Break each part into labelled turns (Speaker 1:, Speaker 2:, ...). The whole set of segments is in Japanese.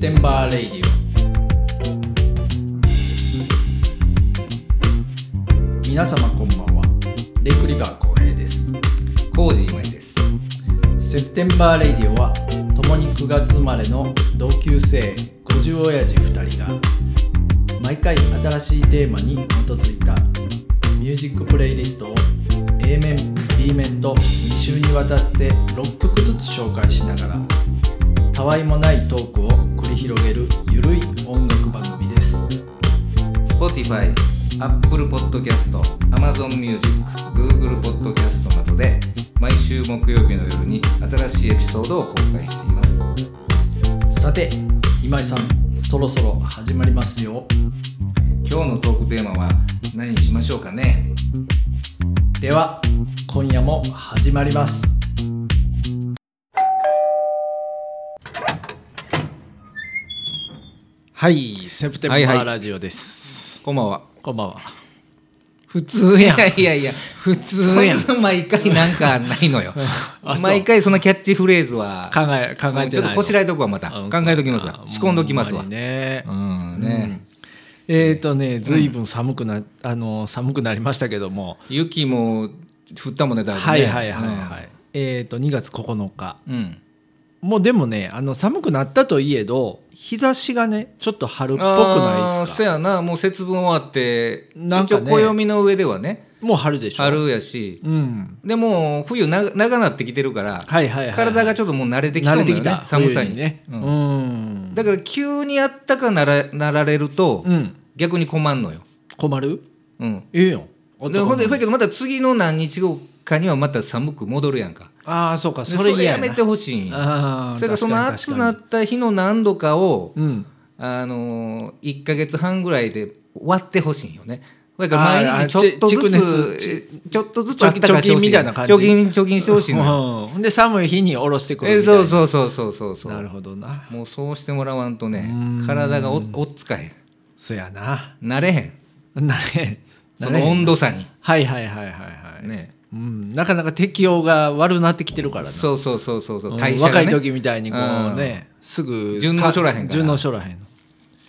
Speaker 1: テンバーレイディオ皆様こんばんはレイクリバー浩平です
Speaker 2: コージーまいです。
Speaker 1: セプテンバーレイディオは共に9月生まれの同級生50親父2人が毎回新しいテーマに基づいたミュージックプレイリストを A 面 B 面と2週にわたって6曲ずつ紹介しながらたわいもないトークを繰り広げるゆるい音楽番組です
Speaker 2: Spotify、Apple Podcast、Amazon Music、Google Podcast などで毎週木曜日の夜に新しいエピソードを公開しています。
Speaker 1: さて今井さんそろそろ始まりますよ
Speaker 2: 今日のトークテーマは何にしましょうかね
Speaker 1: では今夜も始まりますはいセプテンバ
Speaker 2: はいは
Speaker 1: ー
Speaker 2: い
Speaker 1: ラジオです、
Speaker 2: こんばんは。
Speaker 1: こんばんは普通やん
Speaker 2: いやいやいや、
Speaker 1: 普通やん考
Speaker 2: そんな毎回なんかないのよ
Speaker 1: あそう。
Speaker 2: 毎回そのキャッチフレーズは
Speaker 1: え考えてないの
Speaker 2: ちょっとこしらえとくわまた。
Speaker 1: あ
Speaker 2: 考えときますわ
Speaker 1: あ。
Speaker 2: 仕込んどきます
Speaker 1: ほ
Speaker 2: わ
Speaker 1: ん。まにね
Speaker 2: うんね。
Speaker 1: えっ、ー、とねずいぶん寒くな、あの寒くなりましたけども、
Speaker 2: 雪も降ったもんねだいぶね。
Speaker 1: はいはいはいはい、えっ、と2月9日
Speaker 2: うん。うん。
Speaker 1: もうでもねあの寒くなったといえど日差しがねちょっと春っぽくない
Speaker 2: あ
Speaker 1: で
Speaker 2: ー
Speaker 1: す
Speaker 2: そ
Speaker 1: か
Speaker 2: やなもう節分終わって
Speaker 1: なんかね
Speaker 2: 一応暦の上ではね
Speaker 1: もう春でしょ
Speaker 2: 春やし
Speaker 1: うん
Speaker 2: でも冬な長なってきてるから、
Speaker 1: はいはいはい、
Speaker 2: 体が
Speaker 1: ちょっ
Speaker 2: ちょっともう慣れてきたんだ
Speaker 1: 慣れ
Speaker 2: よ
Speaker 1: てき
Speaker 2: ね
Speaker 1: た
Speaker 2: 寒さに
Speaker 1: 冬ねう、
Speaker 2: うんん
Speaker 1: うん
Speaker 2: だから急にあったかならなられると、逆に困んのよ、
Speaker 1: 困る
Speaker 2: うん、
Speaker 1: ええよ
Speaker 2: でほんでほやけどまた次の何日後かにはまた寒く戻るやんか
Speaker 1: ああそうか
Speaker 2: で
Speaker 1: それ
Speaker 2: そ
Speaker 1: 嫌
Speaker 2: れや
Speaker 1: やな
Speaker 2: めてほしいんよ
Speaker 1: ああ
Speaker 2: それからその
Speaker 1: 確か
Speaker 2: 暑く
Speaker 1: に
Speaker 2: な
Speaker 1: 確か
Speaker 2: った日の何度かを
Speaker 1: にうん
Speaker 2: あのー、1か月半ぐらいで割ってほしいんよね。だか
Speaker 1: あー
Speaker 2: ら毎日ちょっとず
Speaker 1: あち蓄
Speaker 2: つ、ちょっとずつあったかして
Speaker 1: 貯金
Speaker 2: ほしい。
Speaker 1: みたいな感じ
Speaker 2: 貯金、貯金してほしいのよ。
Speaker 1: うんほんで寒い日に下ろしてくる
Speaker 2: え
Speaker 1: みたいな
Speaker 2: そうそうそうそうそうそ
Speaker 1: なる
Speaker 2: う。
Speaker 1: ほどな
Speaker 2: もうそうしてもらわんとね
Speaker 1: うーん、
Speaker 2: 体がおおっつかへん。
Speaker 1: そやな
Speaker 2: 慣れへん。
Speaker 1: なれな
Speaker 2: そ
Speaker 1: れ
Speaker 2: の温度差に。
Speaker 1: はいはいはいはいはい、
Speaker 2: ね。
Speaker 1: うん、なかなか適応が悪なってきてるからな
Speaker 2: そうそうそうそうそうう。
Speaker 1: ん
Speaker 2: 代謝
Speaker 1: 若
Speaker 2: が
Speaker 1: い
Speaker 2: ね。
Speaker 1: 時みたいにこうね、すぐ
Speaker 2: 順応しょらへんから
Speaker 1: 順応しょらへんの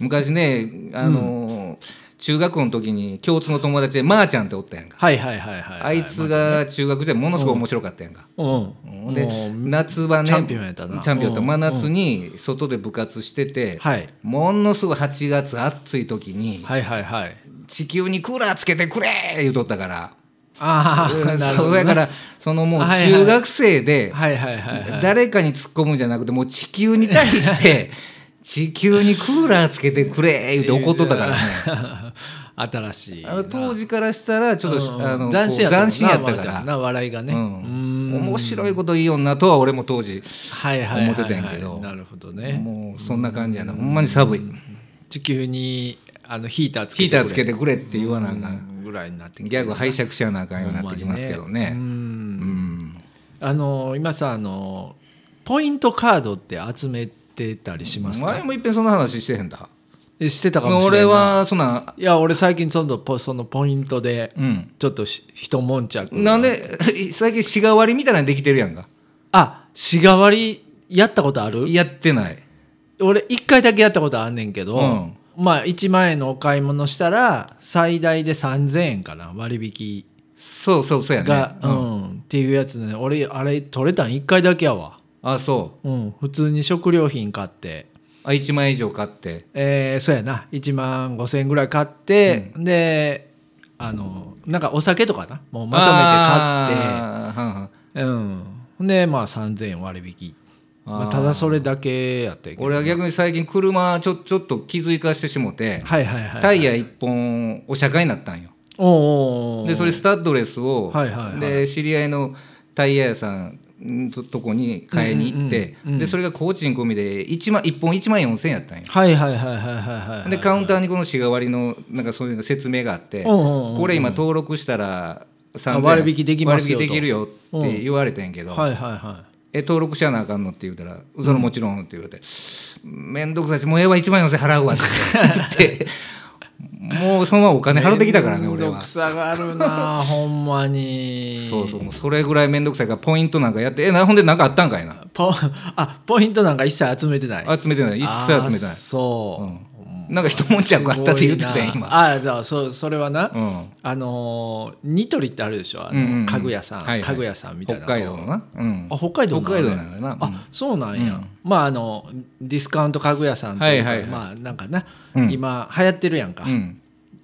Speaker 2: 昔ね、あのー、中学校の時に共通の友達でまーちゃんっておったやんか。
Speaker 1: はいはいはいはい、
Speaker 2: あいつ
Speaker 1: またね
Speaker 2: が中学時代ものすごい面白かったやんか。
Speaker 1: うん、
Speaker 2: で
Speaker 1: もう
Speaker 2: 夏場ね
Speaker 1: チャンピオンやったな
Speaker 2: チャンピオンやった
Speaker 1: うん
Speaker 2: 真夏に外で部活してて、
Speaker 1: はい
Speaker 2: ものすごい8月暑い時に
Speaker 1: はいはいはい
Speaker 2: 地球にクーラーつけてくれ言うとったから
Speaker 1: あ
Speaker 2: う
Speaker 1: あ
Speaker 2: ん
Speaker 1: なるほど
Speaker 2: そう
Speaker 1: ね
Speaker 2: やからそのもう
Speaker 1: はいはい
Speaker 2: 中学生で
Speaker 1: はいはいはいはい
Speaker 2: 誰かに突っ込むんじゃなくてもう地球に対して地球にクーラーつけてくれ言うて怒っとったからね。
Speaker 1: ね 新しい
Speaker 2: あの当時からしたらちょっと、
Speaker 1: うん
Speaker 2: あの
Speaker 1: 斬新やっ
Speaker 2: こう
Speaker 1: た
Speaker 2: 斬新やった
Speaker 1: まあ
Speaker 2: か
Speaker 1: ちゃん
Speaker 2: ら、
Speaker 1: な笑いがね、
Speaker 2: う、
Speaker 1: うんん
Speaker 2: 面白いこといい女とは俺も当時
Speaker 1: はいはいはい、はい、
Speaker 2: 思ってたんやけど
Speaker 1: なるほどね
Speaker 2: もうそんな感じやな、ほんまに寒い、
Speaker 1: 地球にあのヒーターつ
Speaker 2: ヒ
Speaker 1: けて
Speaker 2: ーターつけてくれって言わなあかん、
Speaker 1: ぐらいになってきて
Speaker 2: ギャグ拝借しちゃなあかんようになってきますけどね
Speaker 1: ほんまに
Speaker 2: うん
Speaker 1: うんあの今さあのポイントカードって集めてたりします
Speaker 2: 前
Speaker 1: か
Speaker 2: もいっぺんそんな話してへんだ
Speaker 1: えしてたかもしれ
Speaker 2: 俺
Speaker 1: ない
Speaker 2: はそんない
Speaker 1: や俺最近そのポそのポイントで
Speaker 2: うん
Speaker 1: ちょっとし一悶着
Speaker 2: なんで 最近しがわりみたいなのできてるやんか
Speaker 1: あしがわりやったことある
Speaker 2: やってない
Speaker 1: 俺一回だけやったことあんねんけど、
Speaker 2: うん
Speaker 1: まあ1万円のお買い物したら最大で3000円かな割引
Speaker 2: そうそうそうやね
Speaker 1: が、
Speaker 2: う
Speaker 1: うんん、っていうやつね俺あれ取れたん1回だけやわ、
Speaker 2: あそ
Speaker 1: うん、普通に食料品買って
Speaker 2: うあ1万円以上買って
Speaker 1: えーそうやな1万5,000円ぐらい買って、であのなんかお酒とかなもうまとめて買っ
Speaker 2: あーはんはん
Speaker 1: てうんほんでまあ3,000円割引まあ、
Speaker 2: あー
Speaker 1: ただそれだけやったけど
Speaker 2: 俺は逆に最近車ちょちょっと気づかしてしもて
Speaker 1: はいはいはい
Speaker 2: タイヤ1本お釈迦になったんよ
Speaker 1: おうおうおう
Speaker 2: でそれスタッドレスを、
Speaker 1: はいはいはい
Speaker 2: で知り合いのタイヤ屋さんんととこに買いに行って、
Speaker 1: うんうんうんうん
Speaker 2: でそれが工賃込みで 1, 万1本1万4千円やったんよ。
Speaker 1: はいはいはいはいはいはいはい
Speaker 2: でカウンターにこの日替わりのなんかそういうの説明があって、
Speaker 1: うんうんうん
Speaker 2: これ今登録したら3000円
Speaker 1: 割引できますよと
Speaker 2: 割引できるよって言われてんけど、
Speaker 1: はいはいは
Speaker 2: え登録しやなあかんのって言うたら「それもちろん」って言われて「面倒くさいしもうええわ1万4千円払うわ」って言って もうそのままお金払ってきたからね俺
Speaker 1: めんど
Speaker 2: は
Speaker 1: くさがるなあ ほんまに
Speaker 2: そうそうもうそれぐらい面倒くさいからポイントなんかやってえなほんでなんかあったんかいな
Speaker 1: ポ あポイントなんか一切集めてない
Speaker 2: 集めてない一切集めてな
Speaker 1: あ
Speaker 2: い
Speaker 1: そう、
Speaker 2: うんなんか一悶着あったって言ってたや
Speaker 1: す
Speaker 2: ん
Speaker 1: ごいな
Speaker 2: 今
Speaker 1: あだからそそれはな、
Speaker 2: うん
Speaker 1: あのーニトリってあるでしょあの、
Speaker 2: うんうんうん
Speaker 1: 家具屋さん、
Speaker 2: はいはい
Speaker 1: 家具屋さんみたい
Speaker 2: 北
Speaker 1: な
Speaker 2: 海道のな、うん
Speaker 1: あ北海道な
Speaker 2: 北
Speaker 1: のあ
Speaker 2: 海
Speaker 1: れ
Speaker 2: 道なのよなうん
Speaker 1: あそうなんや、
Speaker 2: うん
Speaker 1: まああのディスカウント家具屋さんというか、
Speaker 2: はいはいはい
Speaker 1: まあなんかな、
Speaker 2: うん
Speaker 1: 今流行ってるやんか、
Speaker 2: うん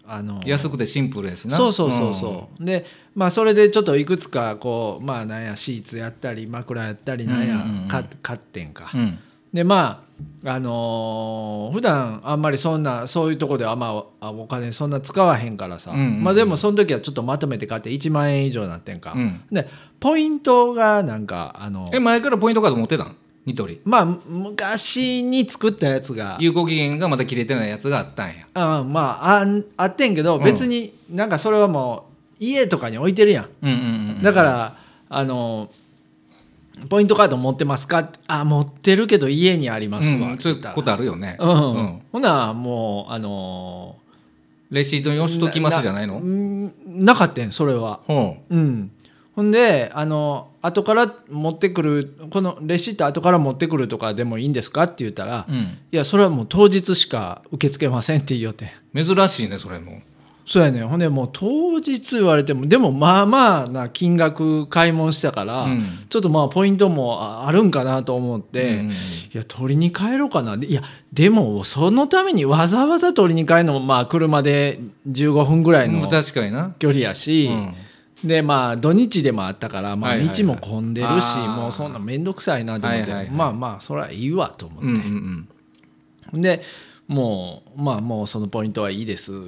Speaker 1: あの
Speaker 2: 安くてシンプルやしな
Speaker 1: そうそうそうそう、でまあそれでちょっといくつかこうまあなんやシーツやったり枕やったりなんや、
Speaker 2: うんうんうん
Speaker 1: か買ってんか、
Speaker 2: うん、うん
Speaker 1: でまああのー普段あんまりそんなそういうとこではまああお金そんな使わへんからさ、
Speaker 2: うんうんうん
Speaker 1: まあでもその時はちょっとまとめて買って1万円以上なってんか、
Speaker 2: うん
Speaker 1: でポイントがなんかあの
Speaker 2: え前からポイントカード持ってたんニトリ
Speaker 1: まあ昔に作ったやつが
Speaker 2: 有効期限がまだ切れてないやつがあったんや
Speaker 1: あまああんあってんけど
Speaker 2: うん
Speaker 1: 別になんかそれはもう家とかに置いてるやん
Speaker 2: うんうんうん
Speaker 1: だからあのポイントカード持ってますかあ持ってるけど家にありますわ、
Speaker 2: うんそういうことあるよね、
Speaker 1: うん
Speaker 2: うん
Speaker 1: ほなもうあの
Speaker 2: レシートに押しときますじゃないの
Speaker 1: んなかったんそれは
Speaker 2: ほう
Speaker 1: うんほんであの後から持ってくるこのレシート後から持ってくるとかでもいいんですかって言ったら、い
Speaker 2: うん、
Speaker 1: やそれはもう当日しか受け付けませんって言いよって
Speaker 2: 珍しいねそれも
Speaker 1: そうやねほんでもう当日言われてもでもまあまあな金額買い物したから、
Speaker 2: うん
Speaker 1: ちょっとまあポイントもああるんかなと思って、
Speaker 2: うんうんうん
Speaker 1: いや取りに帰ろうかなでいやでもそのためにわざわざ取りに帰るのもまあ車で15分ぐらいの
Speaker 2: 確かにな、
Speaker 1: 距離やし、
Speaker 2: うん
Speaker 1: でまあ土日でもあったから、ま
Speaker 2: は
Speaker 1: あ、
Speaker 2: いはいはい
Speaker 1: 道も混んでるし、
Speaker 2: あー
Speaker 1: もうそんな面倒くさいなと思って、
Speaker 2: はいはいはい
Speaker 1: まあまあそりゃいいわと思って。
Speaker 2: うんうんうん
Speaker 1: でもうまあもうそのポイントはいいですって、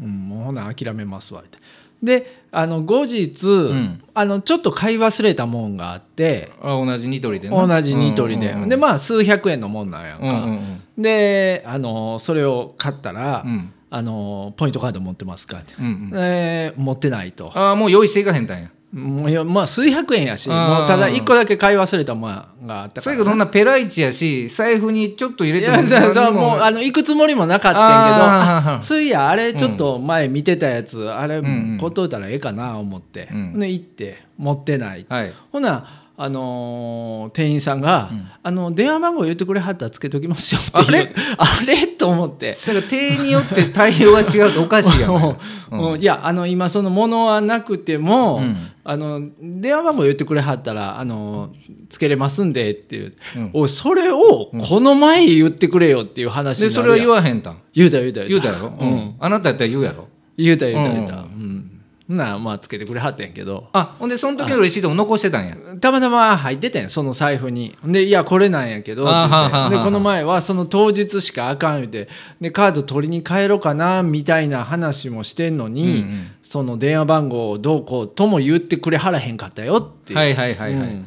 Speaker 1: うんもうほな諦めますわってであの後日、
Speaker 2: ん
Speaker 1: あのちょっと買い忘れたもんがあって
Speaker 2: あ同じニトリでな
Speaker 1: 同じニトリで、
Speaker 2: うんうんうん
Speaker 1: でまあ数百円のもんなんやん
Speaker 2: うんうん
Speaker 1: か、であのそれを買ったら、
Speaker 2: うん
Speaker 1: あの「ポイントカード持ってますか?」って、
Speaker 2: うんうん
Speaker 1: えー持ってないと。
Speaker 2: ああもう用意していかへんたんや
Speaker 1: もういやまあ数百円やし
Speaker 2: うん
Speaker 1: もうただ一個だけ買い忘れたもんがあったから
Speaker 2: それがどんなペライチやし財布にちょっと入れ
Speaker 1: い
Speaker 2: ても
Speaker 1: やそうそうもうあの行くつもりもなかったんやけど
Speaker 2: あー
Speaker 1: あそういやあれちょっと前見てたやつ、あれ
Speaker 2: んうん
Speaker 1: 買うといたらええかな思って、
Speaker 2: うん
Speaker 1: で行って持ってない、
Speaker 2: はい
Speaker 1: ほなあのー店員さんが、あの電話番号言ってくれはったらつけときますよ」って言う あれと思って。
Speaker 2: それが手によって対応が違うとおかしいや ん、
Speaker 1: もう
Speaker 2: うん
Speaker 1: もういやあの今その物はなくても、
Speaker 2: うん
Speaker 1: あの電話番号言ってくれはったらあのつけれますんでっていう、
Speaker 2: うん
Speaker 1: おいそれをこの前言ってくれよっていう話に
Speaker 2: で
Speaker 1: な
Speaker 2: そ
Speaker 1: る
Speaker 2: れ
Speaker 1: や
Speaker 2: は
Speaker 1: ん
Speaker 2: 言わへんたん
Speaker 1: 言うた言うた
Speaker 2: 言うたやろ、
Speaker 1: う
Speaker 2: うんん、あなたやったら言うやろ
Speaker 1: 言うた言うた言うた
Speaker 2: う
Speaker 1: うんなあまあつけてくれはったんやけど
Speaker 2: あほんでその時のレシートも残してたんや
Speaker 1: たまたま入っててんその財布にでいやこれなんやけどって言っ
Speaker 2: あー
Speaker 1: て
Speaker 2: はーはーは
Speaker 1: で
Speaker 2: ー
Speaker 1: この前はその当日しかあかん言うてでカード取りに帰ろうかなみたいな話もしてんのに、
Speaker 2: うんうん
Speaker 1: その電話番号をどうこうとも言ってくれはらへんかったよっていう
Speaker 2: はいはいはい
Speaker 1: う
Speaker 2: はい、
Speaker 1: ん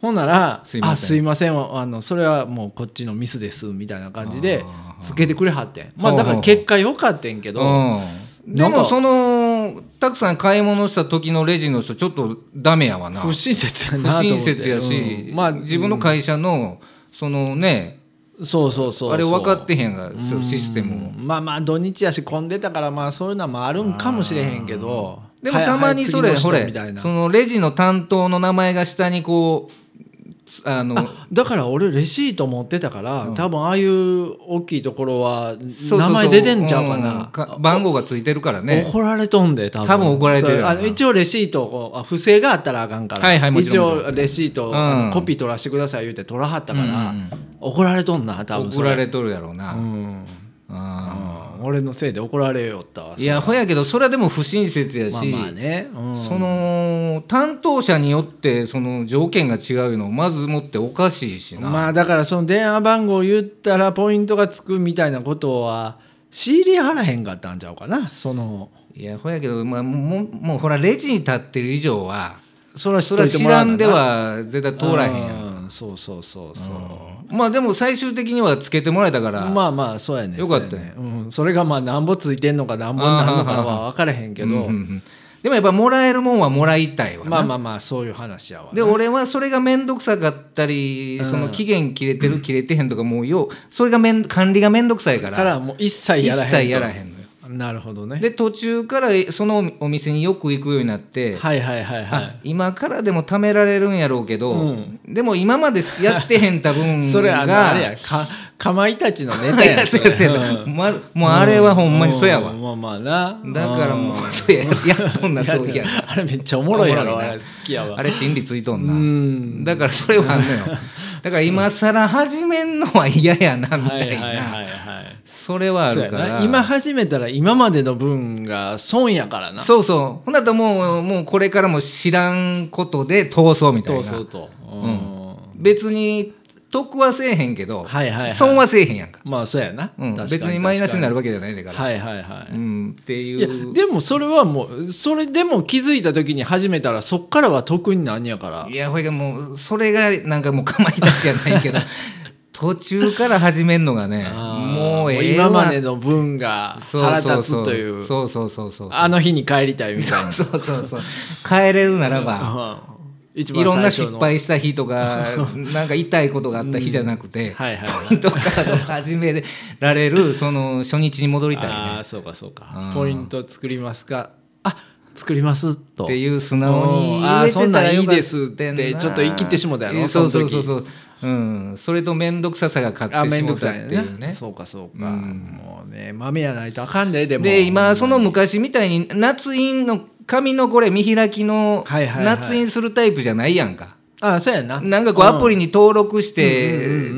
Speaker 1: ほんなら「
Speaker 2: すいません
Speaker 1: あすいませんあのそれはもうこっちのミスです」みたいな感じでつけてくれはってんまあだから結果良かったんけど、
Speaker 2: うんで
Speaker 1: なんか
Speaker 2: もそのたくさん買い物した時のレジの人ちょっとダメやわな
Speaker 1: 不
Speaker 2: 不
Speaker 1: 親切やなと思って
Speaker 2: 親切やし、
Speaker 1: うんま
Speaker 2: ま
Speaker 1: あ
Speaker 2: あ、自分の会社のそのね
Speaker 1: そうそうそうそう
Speaker 2: あれ分かってへんがそうシステムを
Speaker 1: まあまあ土日やし混んでたからまあそういうのはまああるんかもしれへんけど
Speaker 2: でもたまにそれ
Speaker 1: 早
Speaker 2: ほ
Speaker 1: く次の人
Speaker 2: れ
Speaker 1: みたいな
Speaker 2: そのレジの担当の名前が下にこうあの
Speaker 1: あだから俺レシート持ってたから、多分ああいう大きいところは
Speaker 2: そうそうそ
Speaker 1: 名
Speaker 2: う
Speaker 1: 前出てんちゃうかな、
Speaker 2: んか番号がついてるからね
Speaker 1: 怒られとんで多分
Speaker 2: 多分怒られてる
Speaker 1: そう
Speaker 2: よな
Speaker 1: あの一応レシートをこうあ不正があったらあかんから、
Speaker 2: はいはいもち
Speaker 1: 一
Speaker 2: ろん
Speaker 1: 応レシートを、
Speaker 2: うん
Speaker 1: あのコピー取らせてください言うて取らはったから、
Speaker 2: うんうん
Speaker 1: 怒られとんな多分そ
Speaker 2: 怒ら
Speaker 1: れ
Speaker 2: れとるやろうな、
Speaker 1: うん
Speaker 2: あ
Speaker 1: うん俺のせいで怒られよったわ
Speaker 2: ーいやほやけどそれはでも不親切やし、
Speaker 1: まあまあね、うん
Speaker 2: その担当者によってその条件が違うのをまずもっておかしいしな、
Speaker 1: まあだからその電話番号言ったらポイントがつくみたいなことは仕入れはらへんかったんちゃうかなその
Speaker 2: いやほやけど、まあ、もうもうほらレジに立ってる以上は
Speaker 1: それは知
Speaker 2: そ
Speaker 1: っ
Speaker 2: れ
Speaker 1: と
Speaker 2: はい
Speaker 1: て
Speaker 2: 知
Speaker 1: もら
Speaker 2: ら
Speaker 1: わなん
Speaker 2: では絶対通らへんやん、
Speaker 1: んそうそうそうそう、
Speaker 2: まあでも最終的にはつけてもらえたから、
Speaker 1: まあまあそうやね
Speaker 2: よかっ
Speaker 1: そ
Speaker 2: たよ
Speaker 1: うやねうん、それがまあなんぼついてんのかなんぼになるのかは分からへんけど、
Speaker 2: うんうんでもやっぱもらえるもんはもらいたいわな、
Speaker 1: まあまあまあそういう話やわ
Speaker 2: で俺はそれが面倒くさかったり、その期限切れてる切れてへんとかもうようそれがめん管理が面倒くさいから
Speaker 1: からもう一切
Speaker 2: 一
Speaker 1: やらへんと
Speaker 2: 切やらへんのよ
Speaker 1: なるほどね
Speaker 2: で途中からえそのお店によく行くようになって、
Speaker 1: はいはいはいは
Speaker 2: あ今からでも貯められるんやろうけど、
Speaker 1: うん
Speaker 2: でも今までやってへんた分
Speaker 1: い それあの
Speaker 2: が
Speaker 1: あれやかかまいたちのネタ
Speaker 2: いや
Speaker 1: や
Speaker 2: そうやそうやそうやまるもうあれはほんまにそうやわ、
Speaker 1: まあまあな
Speaker 2: だからもう
Speaker 1: うん
Speaker 2: そうややっとんなそういや
Speaker 1: あれめっちゃおもろいや
Speaker 2: お
Speaker 1: ろ
Speaker 2: も
Speaker 1: あ
Speaker 2: ろいな
Speaker 1: れ好きやわ
Speaker 2: あれ心理ついとんな
Speaker 1: うん
Speaker 2: だからそれはあんのよだから今更始めんのは嫌やなみたい
Speaker 1: はいはい
Speaker 2: な
Speaker 1: はいはい
Speaker 2: それはあ
Speaker 1: そうや
Speaker 2: るか
Speaker 1: な
Speaker 2: ら
Speaker 1: 今始めたら今までの分が損やからな
Speaker 2: そうそうほんならもうもうこれからも知らんことで通そうみたい
Speaker 1: と
Speaker 2: な
Speaker 1: そうとうん
Speaker 2: 別に得はせえへんけど、
Speaker 1: はいはいはい
Speaker 2: 損はせえへんやんか、
Speaker 1: まあそうやな
Speaker 2: う
Speaker 1: 確
Speaker 2: ん、
Speaker 1: か
Speaker 2: 別にマイナスにな
Speaker 1: る
Speaker 2: るわけじゃないんだから、
Speaker 1: はいはいは
Speaker 2: う
Speaker 1: い
Speaker 2: ん、って
Speaker 1: いや
Speaker 2: いうい
Speaker 1: でもそれはもうそれでも気づいた時に始めたらそっからは得になんやから
Speaker 2: やほいがもうそれがなんかもうかまいたちじゃな いけど途中から始めんのがね
Speaker 1: あー
Speaker 2: もうええわ
Speaker 1: 今までの分が腹立つという
Speaker 2: そうそうそうそうそう
Speaker 1: あの日に帰りたいみたいな
Speaker 2: そうそうそう そう帰れるならば、
Speaker 1: うん一番
Speaker 2: いろんな
Speaker 1: 最
Speaker 2: 失
Speaker 1: 初の
Speaker 2: 敗した日とか なんか痛いことがあった日じゃなくて、
Speaker 1: はいはい
Speaker 2: ポイントカードを始められるその初日に戻りたい
Speaker 1: あ
Speaker 2: ね
Speaker 1: あそうかそうか、
Speaker 2: うん
Speaker 1: ポイント作りますかあ作りますと
Speaker 2: っていう素直に
Speaker 1: あ
Speaker 2: 言え
Speaker 1: ーそ
Speaker 2: て
Speaker 1: ん
Speaker 2: た
Speaker 1: なん
Speaker 2: ら
Speaker 1: い
Speaker 2: よ
Speaker 1: い
Speaker 2: かっ
Speaker 1: で
Speaker 2: たな
Speaker 1: すってちょっと言い切ってしもたやろ
Speaker 2: えーそうそう
Speaker 1: そ
Speaker 2: そ
Speaker 1: の
Speaker 2: う
Speaker 1: 時
Speaker 2: そううんそれと面倒くささが勝
Speaker 1: あ
Speaker 2: って
Speaker 1: め
Speaker 2: し
Speaker 1: んど
Speaker 2: も
Speaker 1: く
Speaker 2: たっ
Speaker 1: さ
Speaker 2: て
Speaker 1: い
Speaker 2: い
Speaker 1: ね
Speaker 2: うね
Speaker 1: そうかそうか、
Speaker 2: うん
Speaker 1: もうね豆やないとあかんででも
Speaker 2: で今その昔みたいに夏印の紙のこれ見開きの
Speaker 1: はいはいはい
Speaker 2: 夏印するタイプじゃないやんか、
Speaker 1: あそうやな
Speaker 2: なんかこうアプリ
Speaker 1: に
Speaker 2: に登録して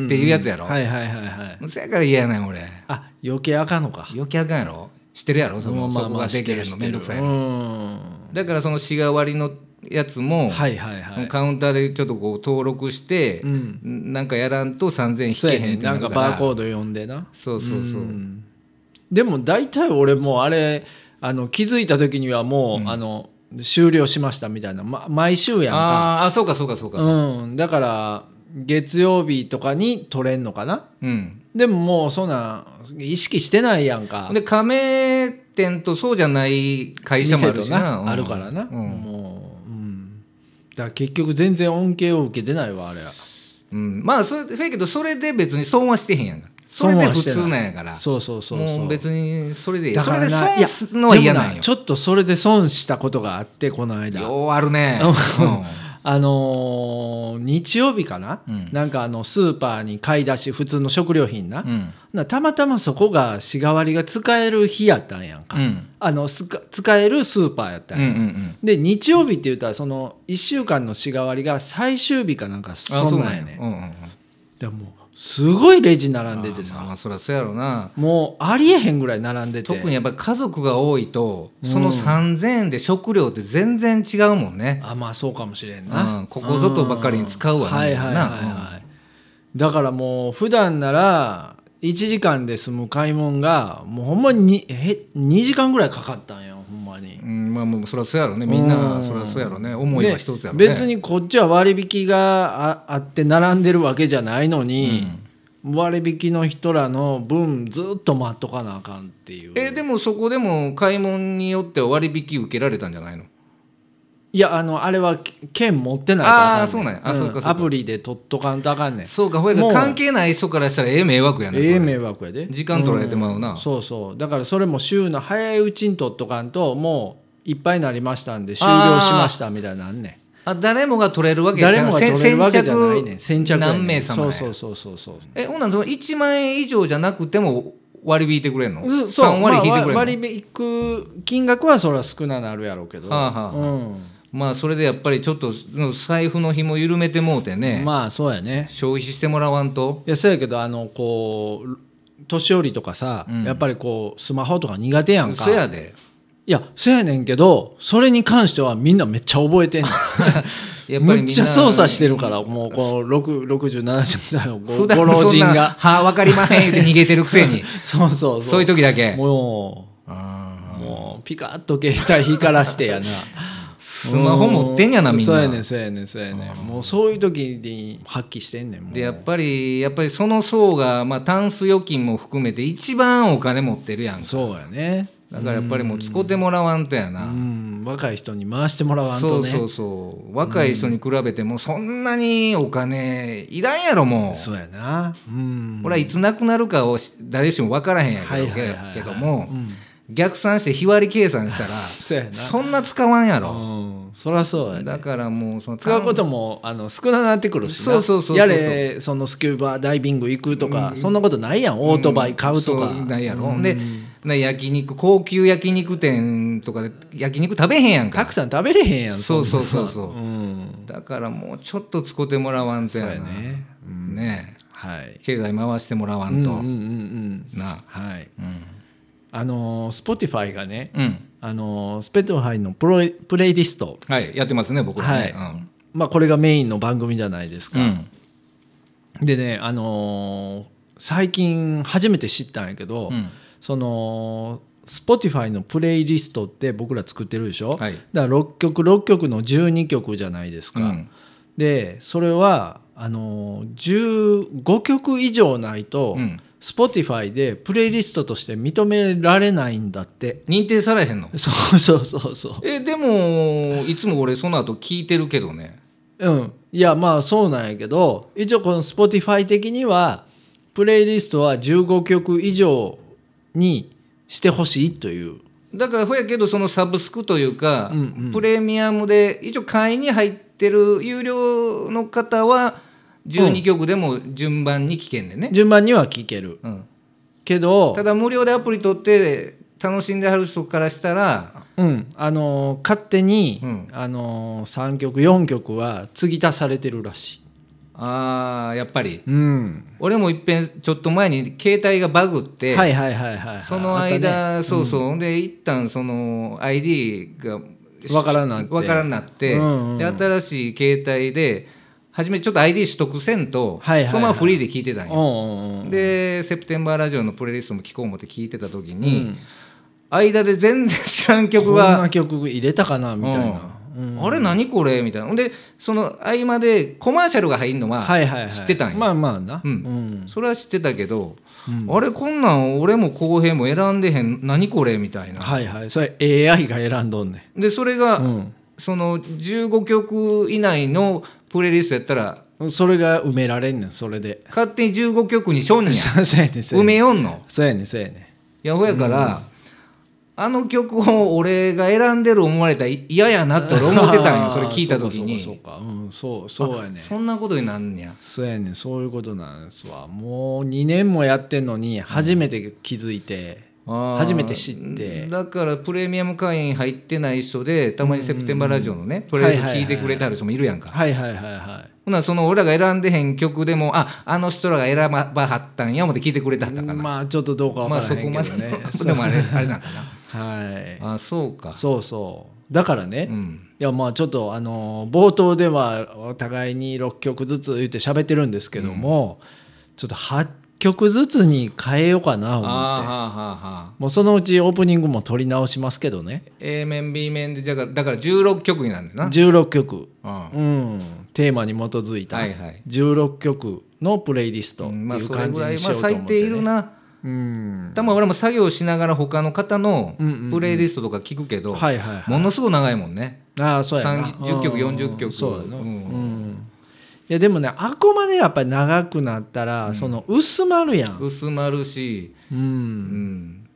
Speaker 2: っていうやつやろ、
Speaker 1: はいはいはいはい
Speaker 2: そやから嫌やない俺
Speaker 1: あ余計あかんのか
Speaker 2: 余計あかんやろ知ってるやろその、
Speaker 1: うん
Speaker 2: そこができへん
Speaker 1: 知
Speaker 2: の
Speaker 1: って
Speaker 2: めん
Speaker 1: る
Speaker 2: どくさい
Speaker 1: 知って
Speaker 2: の
Speaker 1: るうん
Speaker 2: だからそのしが割りのやつも、
Speaker 1: はいはいはい
Speaker 2: カウンターでちょっとこう登録して、
Speaker 1: うん
Speaker 2: なんかやらんと3000円引
Speaker 1: そう
Speaker 2: け
Speaker 1: や
Speaker 2: へ
Speaker 1: ね
Speaker 2: んって
Speaker 1: な
Speaker 2: なんる
Speaker 1: か
Speaker 2: から
Speaker 1: バーコード読んでな
Speaker 2: そうそうそう、
Speaker 1: うんでも大体俺もうあれあの気づいた時にはもう、あの終了しましたみたいな、ま、毎週やんか
Speaker 2: あーあそうかそうかそうか
Speaker 1: うんだから月曜日とかに取れんのかな
Speaker 2: うん、
Speaker 1: でももうそんなん意識してないやんか
Speaker 2: で加盟店とそうじゃない会社もあるし
Speaker 1: 店とな
Speaker 2: な、うん
Speaker 1: あるからな、
Speaker 2: うん
Speaker 1: もう、うん、だから結局全然恩恵を受けてないわあれは
Speaker 2: うんまあそれそやけどそれで別に損はしてへんやんかそれで普通なんやから
Speaker 1: そうそうそうそう
Speaker 2: もう別にそれでいい
Speaker 1: だ
Speaker 2: そ
Speaker 1: から
Speaker 2: れで
Speaker 1: な
Speaker 2: 損するのは嫌
Speaker 1: でも
Speaker 2: なんよ
Speaker 1: ちょっとそれで損したことがあってこの間
Speaker 2: ようあるね、
Speaker 1: あのー日曜日かな、
Speaker 2: うん
Speaker 1: なんかあのスーパーに買い出し普通の食料品な,、
Speaker 2: うんうん
Speaker 1: なたまたまそこがしがわりが使える日やったんやんか、
Speaker 2: うん
Speaker 1: あのすか使えるスーパーやったん
Speaker 2: うんう
Speaker 1: や、
Speaker 2: ん
Speaker 1: で日曜日って言ったらその1週間のしがわりが最終日かなんか
Speaker 2: あ
Speaker 1: そんなんやね
Speaker 2: うんうんうん
Speaker 1: でもうすごいレジ並んでて
Speaker 2: あー
Speaker 1: さ
Speaker 2: まあそりゃそうやろな
Speaker 1: もうありえへんぐらい並んでて
Speaker 2: 特にやっぱり家族が多いとその3,000円で食料って全然違うもんね、
Speaker 1: あまあそうかもしれん
Speaker 2: うん
Speaker 1: な
Speaker 2: ここぞとばかりに使うわ
Speaker 1: ん
Speaker 2: ね
Speaker 1: はいはいはいはいだからもう普段なら1時間で済む買い物がもうほんまにえ2時間ぐらいかかったんよほんまに
Speaker 2: うん、まあもうそりゃそうやろねみんな
Speaker 1: うん
Speaker 2: そりゃそうやろね思いは
Speaker 1: で
Speaker 2: 一つやろね
Speaker 1: 別にこっちは割引がああって並んでるわけじゃないのに、割引の人らの分ずっと待っとかなあかんっていう
Speaker 2: えでもそこでも買い物によっては割引受けられたんじゃないの
Speaker 1: いやあのあれはけ券持ってないとか
Speaker 2: あーそうなんやあそうかそうか
Speaker 1: アプリで取っとかんとあかんねん
Speaker 2: そうかほやか
Speaker 1: もう
Speaker 2: ら関係ない人からしたらええ迷惑やな、それ
Speaker 1: ええ迷惑やで
Speaker 2: 時間取られてまうな、
Speaker 1: んそうそうだからそれも週の早いうちに取っとかんともういっぱいになりましたんで終了しましたみたいなんね
Speaker 2: あ誰もが取れるわ
Speaker 1: ん
Speaker 2: けじゃん
Speaker 1: 誰もが取れるわけじゃないねん
Speaker 2: 先着
Speaker 1: やねん
Speaker 2: 何名様なんや
Speaker 1: そうそうそうそうそう
Speaker 2: えほんならその1万円以上じゃなくても割り引いてくれんの
Speaker 1: うんそう
Speaker 2: 3割引いてくれんの、
Speaker 1: まあ
Speaker 2: まあ、
Speaker 1: 割引く金額はそれは少ななるやろうけど、
Speaker 2: はあはあ
Speaker 1: うん
Speaker 2: それでやっぱりちょっとうん財布の紐緩めてもうてね、
Speaker 1: まあそうやね
Speaker 2: 消費してもらわんと
Speaker 1: いやそうやけどあのこう年寄りとかさ、
Speaker 2: うん
Speaker 1: やっぱりこうスマホとか苦手やんか
Speaker 2: そやで
Speaker 1: いやそやねんけどそれに関してはみんなめっちゃ覚え てんねん
Speaker 2: やっぱりみんな
Speaker 1: むっちゃ操作してるからもうこの6070代のご
Speaker 2: 普
Speaker 1: ご
Speaker 2: 段
Speaker 1: 老
Speaker 2: そん
Speaker 1: 人
Speaker 2: な
Speaker 1: が
Speaker 2: はあ分かりまへん」言うて逃げてるくせに
Speaker 1: そうそうそう
Speaker 2: そういう時だけ
Speaker 1: もう
Speaker 2: あ
Speaker 1: もうピカッと携帯光らしてやな
Speaker 2: ースマホ持ってんやな
Speaker 1: う
Speaker 2: みん
Speaker 1: そうや
Speaker 2: な
Speaker 1: ねんそうやねんそうやねんもうそういう時に発揮してんねんもう
Speaker 2: でやっぱりやっぱりその層が、まあ、タンス預金も含めて一番お金持ってるやんか
Speaker 1: そうやね
Speaker 2: だからやっぱりもう使ってもらわんとやな、
Speaker 1: うん若い人に回してもらわん
Speaker 2: そ
Speaker 1: と
Speaker 2: う
Speaker 1: ね
Speaker 2: そうそう若い人に比べてもそんなにお金いらんやろもう、
Speaker 1: そうやなうん
Speaker 2: 俺はいつなくなるかをし誰しも分からへんやけど,、
Speaker 1: はいはいはいはい
Speaker 2: けども、
Speaker 1: うん
Speaker 2: 逆算して日割り計算したら
Speaker 1: そうやな
Speaker 2: そんな使わんやろ、
Speaker 1: うんそりゃそうやね
Speaker 2: だからもうその
Speaker 1: 使うこと
Speaker 2: も
Speaker 1: もあの少なくなってくるしな
Speaker 2: そうそうそうそう
Speaker 1: やれそのスキューバダイビング行くとか、
Speaker 2: うん
Speaker 1: そんなことないやんオートバイ買うとか、
Speaker 2: ないやろ、
Speaker 1: うん
Speaker 2: でな焼肉高級焼肉店とかで焼肉食べへんやん
Speaker 1: た
Speaker 2: か
Speaker 1: くさん食べれへんやん
Speaker 2: そうん
Speaker 1: な
Speaker 2: そうそうそう、
Speaker 1: うん
Speaker 2: だからもうちょっと使ってもらわんと
Speaker 1: そう
Speaker 2: や
Speaker 1: や
Speaker 2: な
Speaker 1: ね
Speaker 2: ね
Speaker 1: はい
Speaker 2: え経済回してもらわ
Speaker 1: うん
Speaker 2: ん
Speaker 1: う
Speaker 2: と、
Speaker 1: んうんうん
Speaker 2: なあ
Speaker 1: はい
Speaker 2: うん、
Speaker 1: あのー Spotify がね
Speaker 2: うん、
Speaker 1: あのースペットハイのプロプレイリスト
Speaker 2: はいやってますね僕らね、
Speaker 1: はまあこれがメインの番組じゃないです
Speaker 2: うん、う
Speaker 1: か、
Speaker 2: ん
Speaker 1: でねあのー最近初めて知ったんやけど、
Speaker 2: うん
Speaker 1: その Spotify のプレイリストって僕ら作ってるでしょ、
Speaker 2: はい
Speaker 1: だから6曲6曲の12曲じゃないですか、
Speaker 2: うん
Speaker 1: でそれはあのー15曲以上ないと、
Speaker 2: うん
Speaker 1: Spotify でプレイリストとして認められないんだって
Speaker 2: 認定されへんの
Speaker 1: そうそうそうそ
Speaker 2: えでもいつも俺その後聞いてるけどね
Speaker 1: ううんいやまあそうなんやけど一応この Spotify 的にはプレイリストは15曲以上にしてほしいという
Speaker 2: だからほやけどそのサブスクというか、
Speaker 1: うんうん
Speaker 2: プレミアムで一応会員に入ってる有料の方は
Speaker 1: うん
Speaker 2: 12曲でも順番に聞けんねんね、
Speaker 1: 順番には聴ける
Speaker 2: うん、
Speaker 1: けど
Speaker 2: ただ無料でアプリ取って楽しんではる人からしたら
Speaker 1: うんあのー勝手に、
Speaker 2: うん
Speaker 1: あのー3曲4曲は継ぎ足されてるらしい
Speaker 2: あーやっぱり
Speaker 1: うん
Speaker 2: 俺もいっぺんちょっと前に携帯がバグって、
Speaker 1: はいはいはいはいはい
Speaker 2: その
Speaker 1: あっ
Speaker 2: 間、そうそう、ほん、で一旦その ID が
Speaker 1: わからんなって
Speaker 2: わからんなって、
Speaker 1: うんうん
Speaker 2: で新しい携帯で初めちょっと ID 取得せんと、
Speaker 1: はいはいはい
Speaker 2: そのままフリーで聞いてた
Speaker 1: た
Speaker 2: ん
Speaker 1: ね
Speaker 2: よ、
Speaker 1: うんうんうん
Speaker 2: で「セプテンバーラジオ」のプレイリストも聞こう思って聞いてた時
Speaker 1: う
Speaker 2: に、
Speaker 1: ん
Speaker 2: 間で全然知らん曲
Speaker 1: こん
Speaker 2: が
Speaker 1: な曲入れたかなみたいな、
Speaker 2: うんあれ何これみたいなほんでその合間でコマーシャルが入るのは、
Speaker 1: はいはいはい、
Speaker 2: 知ってたんよ
Speaker 1: まあまあな、
Speaker 2: うん
Speaker 1: ん
Speaker 2: それは知ってたけど、あれこんなん俺も浩平も選んでへん何これみたいな、
Speaker 1: はいはいそれ AI が選んどんね
Speaker 2: でそれが、
Speaker 1: ん、
Speaker 2: その15曲以内のプレイリストやったら
Speaker 1: うん、それが埋められんねんそれで
Speaker 2: 勝手に15曲にしょんね ん
Speaker 1: そうやねんそうや
Speaker 2: 埋
Speaker 1: ね
Speaker 2: め
Speaker 1: ん
Speaker 2: よんの
Speaker 1: そうやねんそうやね
Speaker 2: やほやから、あの曲を俺が選んでる思われたら嫌やなって俺思って たんよそれ聞いた時に
Speaker 1: そうかそうかそうかうんそうそうやねん
Speaker 2: そんなことになんねや
Speaker 1: そうやねんそういうことなんですわもう2年もやってんのに初めて気づいて、
Speaker 2: あー
Speaker 1: 初めて知って
Speaker 2: だからプレミアム会員入ってない人でたまにセプテンバーラジオのねプレイリスト聞いてくれてはる人もいるやんか
Speaker 1: はいはいはいはい
Speaker 2: ほなその俺らが選んでへん曲でもああの人らが選ばはったんや思って聞いてくれてはったかな
Speaker 1: まあちょっとどうかわ
Speaker 2: ま
Speaker 1: か
Speaker 2: あ
Speaker 1: ら
Speaker 2: そ
Speaker 1: へ
Speaker 2: こ
Speaker 1: んけ
Speaker 2: ま
Speaker 1: ど
Speaker 2: で
Speaker 1: ね、
Speaker 2: のでもあれあれなんかな
Speaker 1: はい
Speaker 2: あそうか
Speaker 1: そうそうだからね、
Speaker 2: うん
Speaker 1: いやまあちょっとあの冒頭ではお互いに6曲ずつ言って喋ってるんですけども、ちょっと8曲ずつに変えようかな
Speaker 2: あ
Speaker 1: 思
Speaker 2: ーはあ
Speaker 1: って
Speaker 2: はあはあ
Speaker 1: もうそのうちオープニングも撮り直しますけどね
Speaker 2: A 面 B 面でだからだから16曲になるんだな
Speaker 1: 16曲、
Speaker 2: うん
Speaker 1: うん、テーマに基づいた
Speaker 2: はいはい
Speaker 1: 16曲のプレイリストって
Speaker 2: う
Speaker 1: い
Speaker 2: んまあ
Speaker 1: う
Speaker 2: それ
Speaker 1: 感じ
Speaker 2: ぐら
Speaker 1: に
Speaker 2: い
Speaker 1: し
Speaker 2: まあ
Speaker 1: ようと思
Speaker 2: 咲
Speaker 1: っ
Speaker 2: いてい
Speaker 1: て、ね
Speaker 2: るな
Speaker 1: うん
Speaker 2: たま俺も作業しながら他の方の
Speaker 1: うんうんうん
Speaker 2: プレイリストとか聞くけど
Speaker 1: はいはいはい
Speaker 2: ものすごい長いもんね
Speaker 1: ああそうやな
Speaker 2: 30曲
Speaker 1: うん
Speaker 2: 40曲
Speaker 1: そうやな、
Speaker 2: う
Speaker 1: うんんいやでもねあくまでやっぱり長くなったら、その薄まるやん
Speaker 2: 薄まるし
Speaker 1: う
Speaker 2: うんん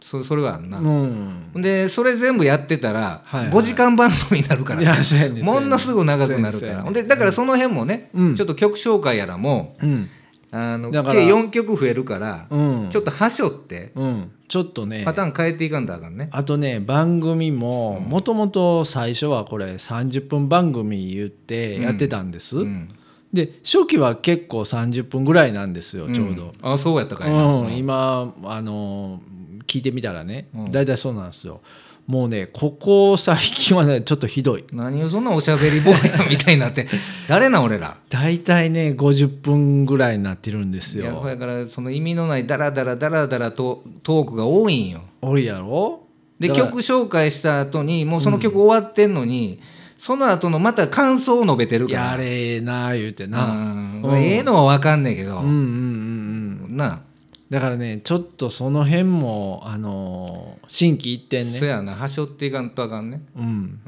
Speaker 2: そそれはあん
Speaker 1: う
Speaker 2: なんでそれ全部やってたら
Speaker 1: はいはい
Speaker 2: 5時間番組になるから
Speaker 1: いやそうやね
Speaker 2: ものす
Speaker 1: ぐ
Speaker 2: ぐ長くな
Speaker 1: そ
Speaker 2: る
Speaker 1: うやね
Speaker 2: から
Speaker 1: そうやね
Speaker 2: ほんでだからその辺もね、
Speaker 1: うん
Speaker 2: ちょっと曲紹介やらも
Speaker 1: うん
Speaker 2: あの計
Speaker 1: だから
Speaker 2: 4曲増えるから、
Speaker 1: うん
Speaker 2: ちょっと端折って
Speaker 1: うんちょっとね
Speaker 2: パターン変えていかんとあかんね、
Speaker 1: あとね番組ももともと最初はこれ30分番組言ってやってたんです、
Speaker 2: うん
Speaker 1: で初期は結構30分ぐらいなんですよちょうど、
Speaker 2: んあそうやったかいな、
Speaker 1: うん、今あの聞いてみたらね
Speaker 2: うん
Speaker 1: 大体、そうなんですよもうねここ最近はねちょっとひどい
Speaker 2: 何をそんなおしゃべり坊やみたいになって 誰な俺ら
Speaker 1: 大体ね50分ぐらいになってるんです
Speaker 2: いやほ
Speaker 1: よ
Speaker 2: やからその意味のないダラダラダラダラとトークが多いんよ
Speaker 1: 多いやろ
Speaker 2: で
Speaker 1: だから
Speaker 2: 曲紹介した後にもうその曲終わってんのに、その後のまた感想を述べてる
Speaker 1: い
Speaker 2: か
Speaker 1: や
Speaker 2: ら
Speaker 1: あれええな言うて
Speaker 2: う
Speaker 1: な、
Speaker 2: ん
Speaker 1: うん
Speaker 2: ええのは分かんねえけど、
Speaker 1: うん、うんうんうん
Speaker 2: なあ
Speaker 1: だからねちょっとその辺もあのー心機一転
Speaker 2: そ
Speaker 1: ね
Speaker 2: やな端折っていかんとあかんね
Speaker 1: うん
Speaker 2: うん、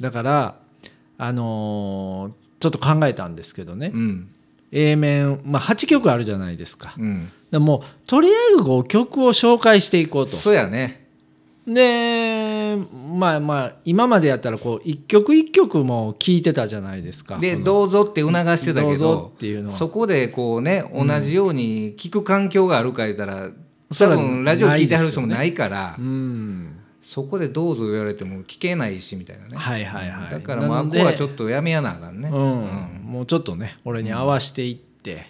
Speaker 1: だからあのーちょっと考えたんですけどね
Speaker 2: う、ん
Speaker 1: A 面、まあ、8曲あるじゃないですか、
Speaker 2: うん、
Speaker 1: らもうとりあえずこう曲を紹介していこうと
Speaker 2: そうやね
Speaker 1: でまあまあ今までやったらこう一曲一曲も聴いてたじゃないですか
Speaker 2: で「
Speaker 1: この
Speaker 2: どうぞ」って促してた
Speaker 1: ど
Speaker 2: け
Speaker 1: うぞ
Speaker 2: ど
Speaker 1: っていうのは
Speaker 2: そこでこうね同じように聞く環境があるか言ったら
Speaker 1: そ
Speaker 2: 多
Speaker 1: ら
Speaker 2: 分ラジオ聞いてはる人もないから
Speaker 1: うん
Speaker 2: そこで「どうぞ」言われても聞けないしみたいなね
Speaker 1: はいはいはい
Speaker 2: だから
Speaker 1: な
Speaker 2: まああ
Speaker 1: の
Speaker 2: こ
Speaker 1: で
Speaker 2: こはちょっとやめやなあかんね
Speaker 1: うんもうちょっとね俺に合わせていって、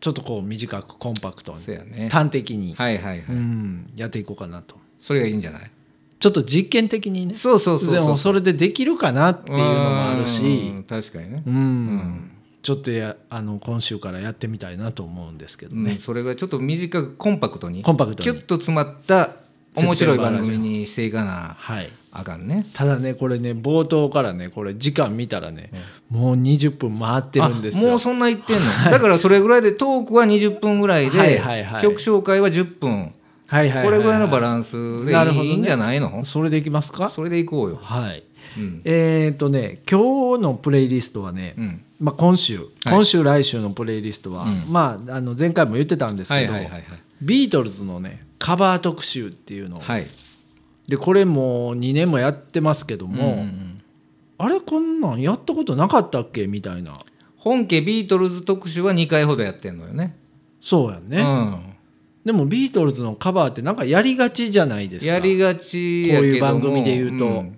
Speaker 1: ちょっとこう短くコンパクトに
Speaker 2: そうやね
Speaker 1: 端的に、
Speaker 2: はいはい
Speaker 1: う
Speaker 2: はい
Speaker 1: ん、やっていこうかなと
Speaker 2: それがいいんじゃない
Speaker 1: ちょっと実験的にね
Speaker 2: そうそうそう
Speaker 1: でも
Speaker 2: そう
Speaker 1: それでできるかなっていうのもある
Speaker 2: う
Speaker 1: し
Speaker 2: ん確かにね
Speaker 1: うん、ちょっとやあの今週からやってみたいなと思うんですけど
Speaker 2: う
Speaker 1: ね
Speaker 2: ん、それがちょっと短くコンパクトに
Speaker 1: コンパクトに
Speaker 2: キュッと詰まった面白い番組にしていかな
Speaker 1: はい
Speaker 2: あかんね
Speaker 1: ただねこれね冒頭からねこれ時間見たらね、もう20分回ってるんです
Speaker 2: あも
Speaker 1: よ
Speaker 2: うそんな言ってんの、 だからそれぐらいでトークは20分ぐらいで、
Speaker 1: はいはいはい
Speaker 2: 曲紹介は10分、
Speaker 1: はいはいはは
Speaker 2: これぐらいのバランスで
Speaker 1: なるほど
Speaker 2: い
Speaker 1: ね
Speaker 2: いんじゃないの、
Speaker 1: それでいきますか
Speaker 2: それでいこうよ、
Speaker 1: はい
Speaker 2: うん
Speaker 1: えっ、とね今日のプレイリストはね、
Speaker 2: うん、
Speaker 1: まあ、今週今週来週のプレイリストは、
Speaker 2: うん
Speaker 1: まあ、あの前回も言ってたんです
Speaker 2: は
Speaker 1: け
Speaker 2: い
Speaker 1: ど、
Speaker 2: はいはいはい
Speaker 1: ビートルズのねカバー特集っていうのを、
Speaker 2: はい
Speaker 1: でこれもう2年もやってますけども、
Speaker 2: うんうんうん
Speaker 1: あれこんなんやったことなかったっけみたいな
Speaker 2: 本家ビートルズ特集は2回ほどやってんのよね
Speaker 1: そうやん
Speaker 2: う
Speaker 1: ね、
Speaker 2: ん、
Speaker 1: でもビートルズのカバーってなんかやりがちじゃないですか
Speaker 2: やりがち
Speaker 1: こ
Speaker 2: や
Speaker 1: う
Speaker 2: けども
Speaker 1: いう番組で言うと
Speaker 2: ん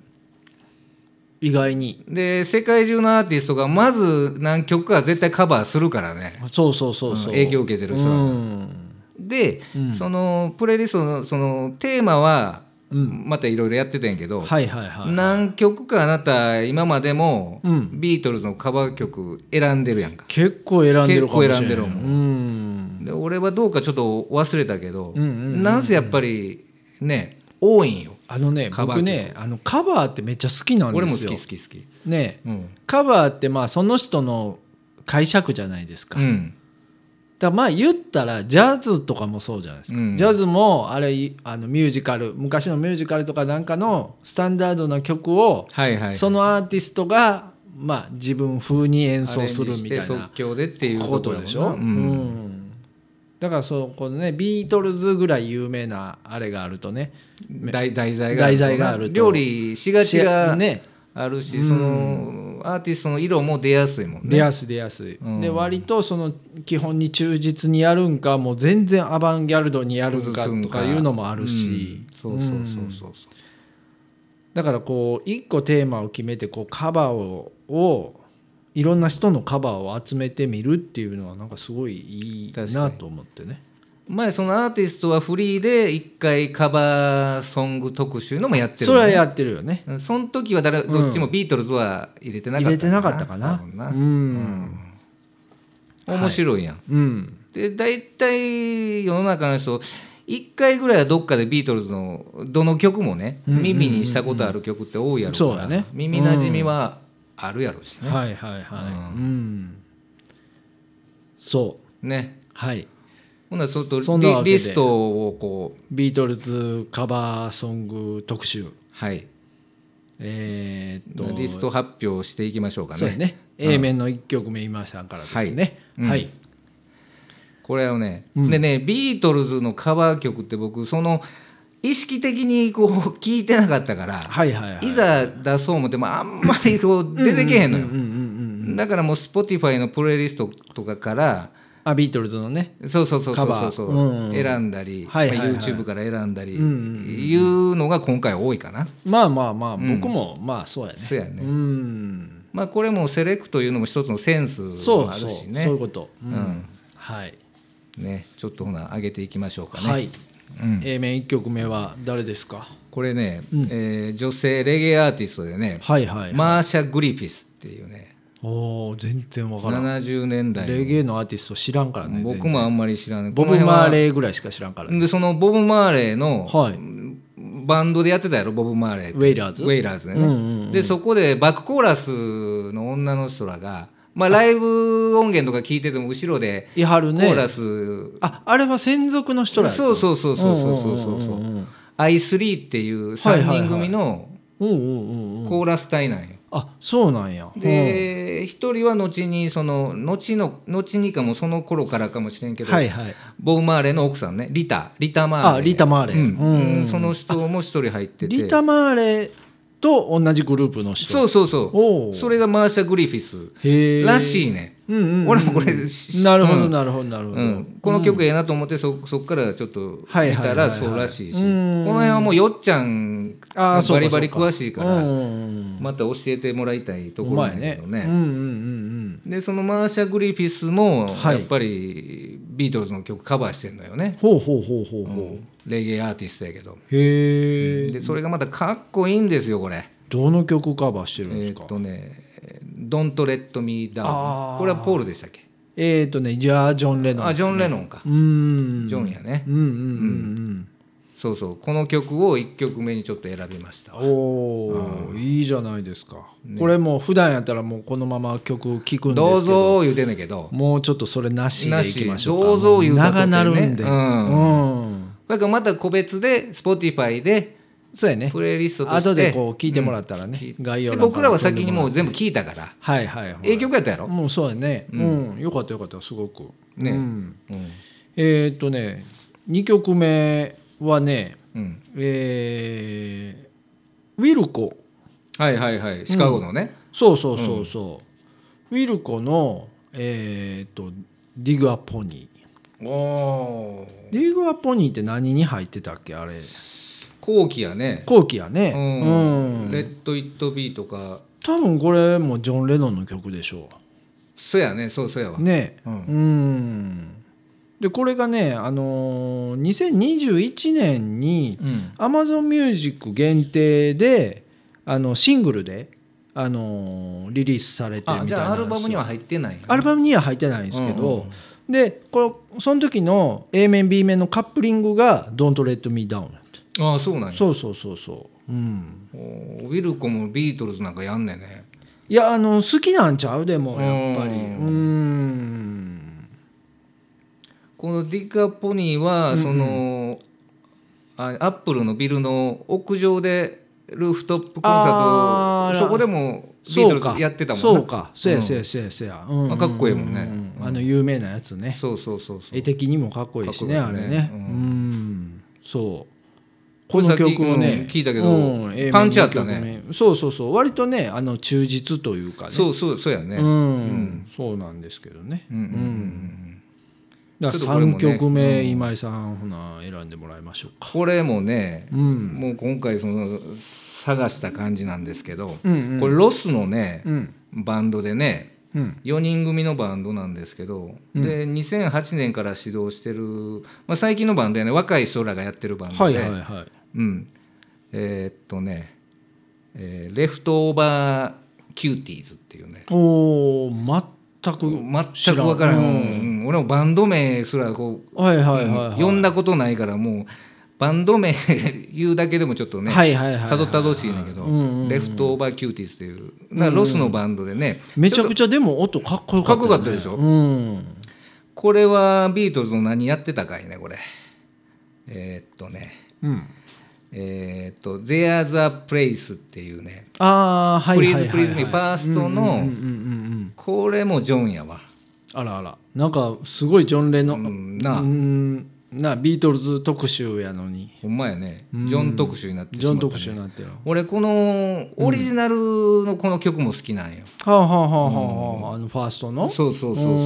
Speaker 1: 意外に
Speaker 2: で世界中のアーティストがまず何曲かは絶対カバーするからね
Speaker 1: そうそうそうそう、
Speaker 2: うん影響受けてる人
Speaker 1: う
Speaker 2: なんで、そのプレイリストのそのテーマはまたいろいろやってたんやけど、
Speaker 1: はいはいはい
Speaker 2: 何曲かあなた今までも
Speaker 1: うん
Speaker 2: ビートルズのカバー曲選んでるやんか、
Speaker 1: 結構選んでるかもしれない
Speaker 2: 結構選んでるもん
Speaker 1: うん
Speaker 2: で俺はどうかちょっと忘れたけど、
Speaker 1: うんうんうん
Speaker 2: なんせやっぱりね多いんよ
Speaker 1: あのね
Speaker 2: カバー
Speaker 1: 僕ねあのカバーってめっちゃ好きなんですよ
Speaker 2: 俺も好き好き好き
Speaker 1: ね
Speaker 2: うん、
Speaker 1: カバーってまあその人の解釈じゃないですか、
Speaker 2: う
Speaker 1: だか
Speaker 2: ん、
Speaker 1: らまあ言ったらジャズとかもそうじゃないですか、
Speaker 2: うん
Speaker 1: ジャズもあれいあのミュージカル昔のミュージカルとかなんかのスタンダードな曲を
Speaker 2: はいはい
Speaker 1: そのアーティストがまあ自分風に演奏するみた
Speaker 2: アレンジ
Speaker 1: い
Speaker 2: して
Speaker 1: な
Speaker 2: 即興でっていう
Speaker 1: こ
Speaker 2: ことや
Speaker 1: と
Speaker 2: も
Speaker 1: で
Speaker 2: んな
Speaker 1: しょ、
Speaker 2: う
Speaker 1: うんんだからそうこのねビートルズぐらい有名なあれがあるとね
Speaker 2: 題題材が
Speaker 1: 題材があると
Speaker 2: 料理しがちが
Speaker 1: ね
Speaker 2: あるし、そのアーティストの色も出やすいもんね
Speaker 1: 出やすい出やすい、
Speaker 2: うん
Speaker 1: で割とその基本に忠実にやるんかもう全然アバンギャルドにやるんかとかいうのもあるし、
Speaker 2: うんそうそうそうそうそう
Speaker 1: だからこう一個テーマを決めてこうカバーををいろんな人のカバーを集めてみるっていうのはなんかすごいいい
Speaker 2: 確か
Speaker 1: な
Speaker 2: に
Speaker 1: と思ってね
Speaker 2: 前そのアーティストはフリーで一回カバーソング特集のもやってる
Speaker 1: そ
Speaker 2: も
Speaker 1: れ
Speaker 2: ん
Speaker 1: は
Speaker 2: ね
Speaker 1: やってるよね
Speaker 2: うんその時は誰どっちもビートルズは入れてなかった
Speaker 1: 入れてなかったかな
Speaker 2: 多分
Speaker 1: う
Speaker 2: なん面白いやん、
Speaker 1: うん
Speaker 2: で大体世の中の人1回ぐらいはどっかでビートルズのどの曲もね耳にしたことある曲って多いやろ
Speaker 1: そうだ
Speaker 2: から、
Speaker 1: ね
Speaker 2: 耳なじみはあるやろうしね,、
Speaker 1: はいはいはいうんそう
Speaker 2: ね
Speaker 1: はい
Speaker 2: ほんならちょっと
Speaker 1: そんなわけで
Speaker 2: リリストをこう
Speaker 1: ビートルズカバーソング特集
Speaker 2: はい
Speaker 1: えーっと
Speaker 2: リスト発表していきましょうか
Speaker 1: そうや
Speaker 2: ね
Speaker 1: ね、A 面の1曲目今井さんからですね
Speaker 2: は
Speaker 1: はいい、
Speaker 2: これをね、でねビートルズのカバー曲って僕その意識的にこう聞いてなかったから、
Speaker 1: はい、はいはい
Speaker 2: いざ出そう思ってもあんまりこう出てけへんのよ
Speaker 1: うんうんうん
Speaker 2: だからもう Spotify のプレイリストとかから
Speaker 1: あビートルズのね
Speaker 2: そうそうそうそうそうそ
Speaker 1: カ
Speaker 2: う、
Speaker 1: バーうん
Speaker 2: 選んだり、
Speaker 1: はいはいはい
Speaker 2: まあ YouTube から選んだり、
Speaker 1: うんうん
Speaker 2: いうのが今回多いかな、
Speaker 1: まあまあまあ、僕もまあそうやね
Speaker 2: そうや
Speaker 1: う
Speaker 2: ね
Speaker 1: ん
Speaker 2: まあこれもセレクトいうのも一つのセンス
Speaker 1: そう
Speaker 2: もあ
Speaker 1: そ
Speaker 2: る
Speaker 1: う
Speaker 2: し
Speaker 1: そうい
Speaker 2: ね
Speaker 1: うこと、うん
Speaker 2: うん
Speaker 1: はい、
Speaker 2: ねちょっとほな上げていきましょうかね、
Speaker 1: はい、
Speaker 2: うん
Speaker 1: A 面1曲目は誰ですか
Speaker 2: これね、えー女性レゲエアーティストでね、
Speaker 1: はいはい、
Speaker 2: マーシャ・グリフィスっていうね
Speaker 1: おー全然わからん
Speaker 2: 70年代
Speaker 1: レゲエのアーティスト知らんからね全
Speaker 2: 僕
Speaker 1: 然
Speaker 2: もあんまり知らない
Speaker 1: ボブ・マーレーぐらいしか知らんからね
Speaker 2: でそのボブ・マーレーの
Speaker 1: はい
Speaker 2: バンドでやってたやろボブ・マーレーって
Speaker 1: ウェイラーズ
Speaker 2: ウェイラーズね、
Speaker 1: うんうん
Speaker 2: でそこでバックコーラスの女の人らが、まあ、ライブ音源とか聞いてても後ろで
Speaker 1: いはる
Speaker 2: コ
Speaker 1: ね
Speaker 2: ーラス、
Speaker 1: ああれは専属の人らやった
Speaker 2: そうそうそうそうそうそ
Speaker 1: う
Speaker 2: う
Speaker 1: んうんうんうん
Speaker 2: そう i3 っていう3人組の
Speaker 1: うんうんうんうん
Speaker 2: コーラス隊なんよ、
Speaker 1: あそうなんや
Speaker 2: で一人は後にその後の後にかもその頃からかもしれんけ
Speaker 1: うん
Speaker 2: ど、
Speaker 1: はいはい
Speaker 2: ボブ・マーレの奥さんねリタリタ・マーレ
Speaker 1: あリタマーレ
Speaker 2: うん
Speaker 1: うん
Speaker 2: うんその人も一人入ってて
Speaker 1: リタ・マーレと同じグループの人
Speaker 2: そうそうそ
Speaker 1: お
Speaker 2: う
Speaker 1: う
Speaker 2: それがマーシャ・グリフィス
Speaker 1: へえ
Speaker 2: らしいね、
Speaker 1: うんうんうん
Speaker 2: 俺もこれし
Speaker 1: なるほど
Speaker 2: うん
Speaker 1: なるほどなるほ
Speaker 2: う
Speaker 1: ど、
Speaker 2: ん、この曲ええなと思ってそそっからちょっと見
Speaker 1: はいはい
Speaker 2: た
Speaker 1: はいはい
Speaker 2: らそうらしいしこ
Speaker 1: うん
Speaker 2: の辺はもうよっちゃん
Speaker 1: あ
Speaker 2: が
Speaker 1: ーそう
Speaker 2: バ
Speaker 1: か
Speaker 2: リバ
Speaker 1: そう
Speaker 2: リ
Speaker 1: か
Speaker 2: 詳しいか
Speaker 1: うん
Speaker 2: ら
Speaker 1: うんうん
Speaker 2: また教えてもらいたいと
Speaker 1: う
Speaker 2: ころ
Speaker 1: ま
Speaker 2: なん
Speaker 1: い
Speaker 2: や
Speaker 1: ね
Speaker 2: けど
Speaker 1: うん
Speaker 2: ね
Speaker 1: うんうん
Speaker 2: でそのマーシャ・グリフィスも
Speaker 1: はい
Speaker 2: やっぱりビートルズの曲カバーしてんのよね、
Speaker 1: うんほうほうほうほうほう、
Speaker 2: うんレゲエアーティストやけど
Speaker 1: へえ
Speaker 2: でそれがまたかっこいいんですよこれ
Speaker 1: どの曲カバーしてるんで
Speaker 2: え
Speaker 1: す
Speaker 2: ー
Speaker 1: か
Speaker 2: っとね「Don't Let Me
Speaker 1: あ
Speaker 2: Down」
Speaker 1: ー
Speaker 2: これはポールでしたっけ
Speaker 1: えー、とねじゃあジョン・レノン
Speaker 2: あジョン・レ
Speaker 1: ン
Speaker 2: ノンか
Speaker 1: うーん
Speaker 2: ジョンやね
Speaker 1: うんうんうん
Speaker 2: そうそうこの曲を1曲目にちょっと選びました
Speaker 1: うん、おおいいじゃないですか、これもう普段やったらもうこのまま曲聴くんですけ
Speaker 2: ど
Speaker 1: ど
Speaker 2: うぞー言うてんねんけど
Speaker 1: もうちょっとそれなしでいきましょうか
Speaker 2: なしどうぞ言うたとてね
Speaker 1: 長なるんで
Speaker 2: う
Speaker 1: うん、
Speaker 2: だからまた個別で Spotify で
Speaker 1: そうやね
Speaker 2: プレイリストとして
Speaker 1: 後でこう聞いてもらったらね、
Speaker 2: うん
Speaker 1: 概要
Speaker 2: で
Speaker 1: 欄から
Speaker 2: 僕らは先にもう全部聞いたから
Speaker 1: はいはいはい
Speaker 2: ええ曲やったやろ、
Speaker 1: もうそうやねうん、よかったよかったすごく
Speaker 2: ね
Speaker 1: うん、
Speaker 2: うん
Speaker 1: えーっとね2曲目はね
Speaker 2: うん
Speaker 1: えーウィルコ
Speaker 2: はいはいはいシカゴのね、
Speaker 1: そうそうそうそう、ウィルコのえーっと「ディグアポニー」
Speaker 2: おおー
Speaker 1: ディグアポニーって何に入ってたっけあれ
Speaker 2: 後期やね
Speaker 1: 後期やね
Speaker 2: うん、
Speaker 1: うん
Speaker 2: レッド・イット・ビーとか
Speaker 1: 多分これもジョン・レノンの曲でしょ
Speaker 2: そやねそうそやわ、
Speaker 1: うね
Speaker 2: う
Speaker 1: うんんでこれがねあのー2021年に
Speaker 2: うん、
Speaker 1: Amazon Music 限定であのシングルであのーリリースされてみたいな
Speaker 2: あ
Speaker 1: ん
Speaker 2: じ
Speaker 1: ですよ
Speaker 2: ゃあアルバムには入ってないんやね
Speaker 1: アルバムには入ってないんですけど、でこのその時の A 面 B 面のカップリングが「Don't Let Me Down やって」
Speaker 2: ああそうなんや
Speaker 1: そうそうそうそううん
Speaker 2: おーウィルコもビートルズなんかやんねんね
Speaker 1: いやあの好きなんちゃうでもやっぱりう
Speaker 2: うん
Speaker 1: ーん
Speaker 2: このディカポニーは、そのあアップルのビルの屋上でルーフトップコンサ
Speaker 1: あ
Speaker 2: ー
Speaker 1: ー
Speaker 2: トをそこでもビ
Speaker 1: そう
Speaker 2: ートル
Speaker 1: か
Speaker 2: ズやってたもんな
Speaker 1: そうかそうやそう
Speaker 2: う
Speaker 1: やそうやそうや、うんうん
Speaker 2: まあかっこいいもんね
Speaker 1: うあの有名なやつね
Speaker 2: そうそうそうそう
Speaker 1: 絵的にもかっこいいしね
Speaker 2: かっ
Speaker 1: あ
Speaker 2: こいいね
Speaker 1: れね
Speaker 2: う
Speaker 1: うんんそうこ
Speaker 2: これさ
Speaker 1: の
Speaker 2: っき
Speaker 1: 曲を
Speaker 2: うん
Speaker 1: ね
Speaker 2: 聞いたけど
Speaker 1: うん A 面
Speaker 2: パンチあったね
Speaker 1: の曲名そうそうそう割とねあの忠実というかね
Speaker 2: そうそうそうやね、
Speaker 1: う、
Speaker 2: うんん
Speaker 1: そうなんですけどね、
Speaker 2: うんうん
Speaker 1: だか
Speaker 2: ちょっ
Speaker 1: ら
Speaker 2: とこれもね
Speaker 1: 3曲目、
Speaker 2: うん
Speaker 1: 今井さんほな選んでもらいましょうか、
Speaker 2: これもね、
Speaker 1: うん、
Speaker 2: もう今回その探した感じなんですけど、
Speaker 1: うんうん
Speaker 2: これロスのね
Speaker 1: う、ん
Speaker 2: バンドでね
Speaker 1: うん
Speaker 2: 4人組のバンドなんですけど、
Speaker 1: うん
Speaker 2: で2008年から始動してる、まあ、最近のバンドやね若い人らがやってるバンド
Speaker 1: はい
Speaker 2: で、
Speaker 1: はいはい
Speaker 2: うん、えーっとね、えーレフトオーバーキューティーズ」っていうね
Speaker 1: おー全く
Speaker 2: 全く分からん、
Speaker 1: う
Speaker 2: うん俺もバンド名すらこう、
Speaker 1: はいはいはい、はい、
Speaker 2: 呼んだことないからもうバンド名 言うだけでもちょっとね、
Speaker 1: はいはいはいはい
Speaker 2: たどったどしいねんだけど、
Speaker 1: うんうんうん
Speaker 2: レフトオーバーキューティーズっていうなんかロスのバンドでね、
Speaker 1: めちゃくちゃでも音かっこよかったよね、
Speaker 2: かっこよかったでしょ
Speaker 1: うん
Speaker 2: これはビートルズの何やってたかいねこれえーっとね
Speaker 1: うん
Speaker 2: えーっと「There's a Place」っていうね
Speaker 1: ああ
Speaker 2: 「
Speaker 1: はいはいはい、
Speaker 2: Please
Speaker 1: はい、
Speaker 2: Please Me First の」
Speaker 1: うんうんうんうん
Speaker 2: これもジョンやわ
Speaker 1: あらあらなんかすごいジョン・レノ
Speaker 2: う
Speaker 1: ン、
Speaker 2: んなあ
Speaker 1: うんなビートルズ特集やのに
Speaker 2: ほんまやね
Speaker 1: うん
Speaker 2: ジョン特集になってし
Speaker 1: ジ
Speaker 2: ま
Speaker 1: ョ
Speaker 2: っ
Speaker 1: ン
Speaker 2: た、ね、
Speaker 1: 特集になってる
Speaker 2: 俺このオリジナルのこの曲も好きなんよ、
Speaker 1: はあはあはあはあ、あのファーストの
Speaker 2: そうそうそうそう
Speaker 1: ー
Speaker 2: う
Speaker 1: ん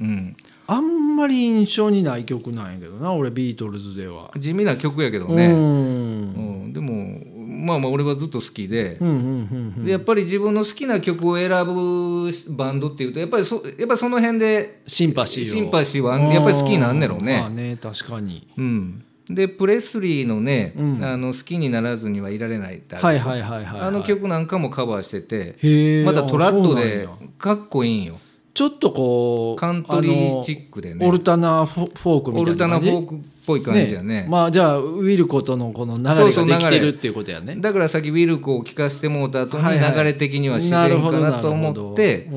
Speaker 2: うん
Speaker 1: あんまり印象にない曲なんやけどな俺ビートルズでは、
Speaker 2: 地味な曲やけど
Speaker 1: う
Speaker 2: ね、うん
Speaker 1: ん
Speaker 2: でもまあまあ俺はずっと好きで、
Speaker 1: うんうんうんうん
Speaker 2: でやっぱり自分の好きな曲を選ぶバンドっていうとやっぱりそやっぱりその辺で
Speaker 1: シンパシーを
Speaker 2: シンパシーはやっぱり好きになんねやろうね
Speaker 1: あーまあね確かに
Speaker 2: うん、でプレスリーのね、
Speaker 1: うん
Speaker 2: あの「好きにならずにはいられない」ってある
Speaker 1: はいはいはいはいはい
Speaker 2: あの曲なんかもカバーしてて、
Speaker 1: へえ
Speaker 2: またトラッド
Speaker 1: あそうなん
Speaker 2: で
Speaker 1: や
Speaker 2: かっこいいんよ
Speaker 1: ちょっとこう
Speaker 2: カントリーチックで
Speaker 1: あ
Speaker 2: ね
Speaker 1: のオルタナフォフォークみ
Speaker 2: オ
Speaker 1: たいな
Speaker 2: ルタ
Speaker 1: 感
Speaker 2: ナフ
Speaker 1: じ
Speaker 2: ォークっぽい感じやね
Speaker 1: まあじゃあウィルコとのこの流
Speaker 2: そう
Speaker 1: れ
Speaker 2: そう
Speaker 1: ができて
Speaker 2: 流れ
Speaker 1: るっていうことやね
Speaker 2: だからさっきウィルコを聴かせてもうた後に
Speaker 1: はいはい
Speaker 2: 流れ的には自
Speaker 1: なる
Speaker 2: 然
Speaker 1: ほ
Speaker 2: か
Speaker 1: どな
Speaker 2: な
Speaker 1: る
Speaker 2: と
Speaker 1: ほ
Speaker 2: 思
Speaker 1: ど
Speaker 2: って
Speaker 1: うん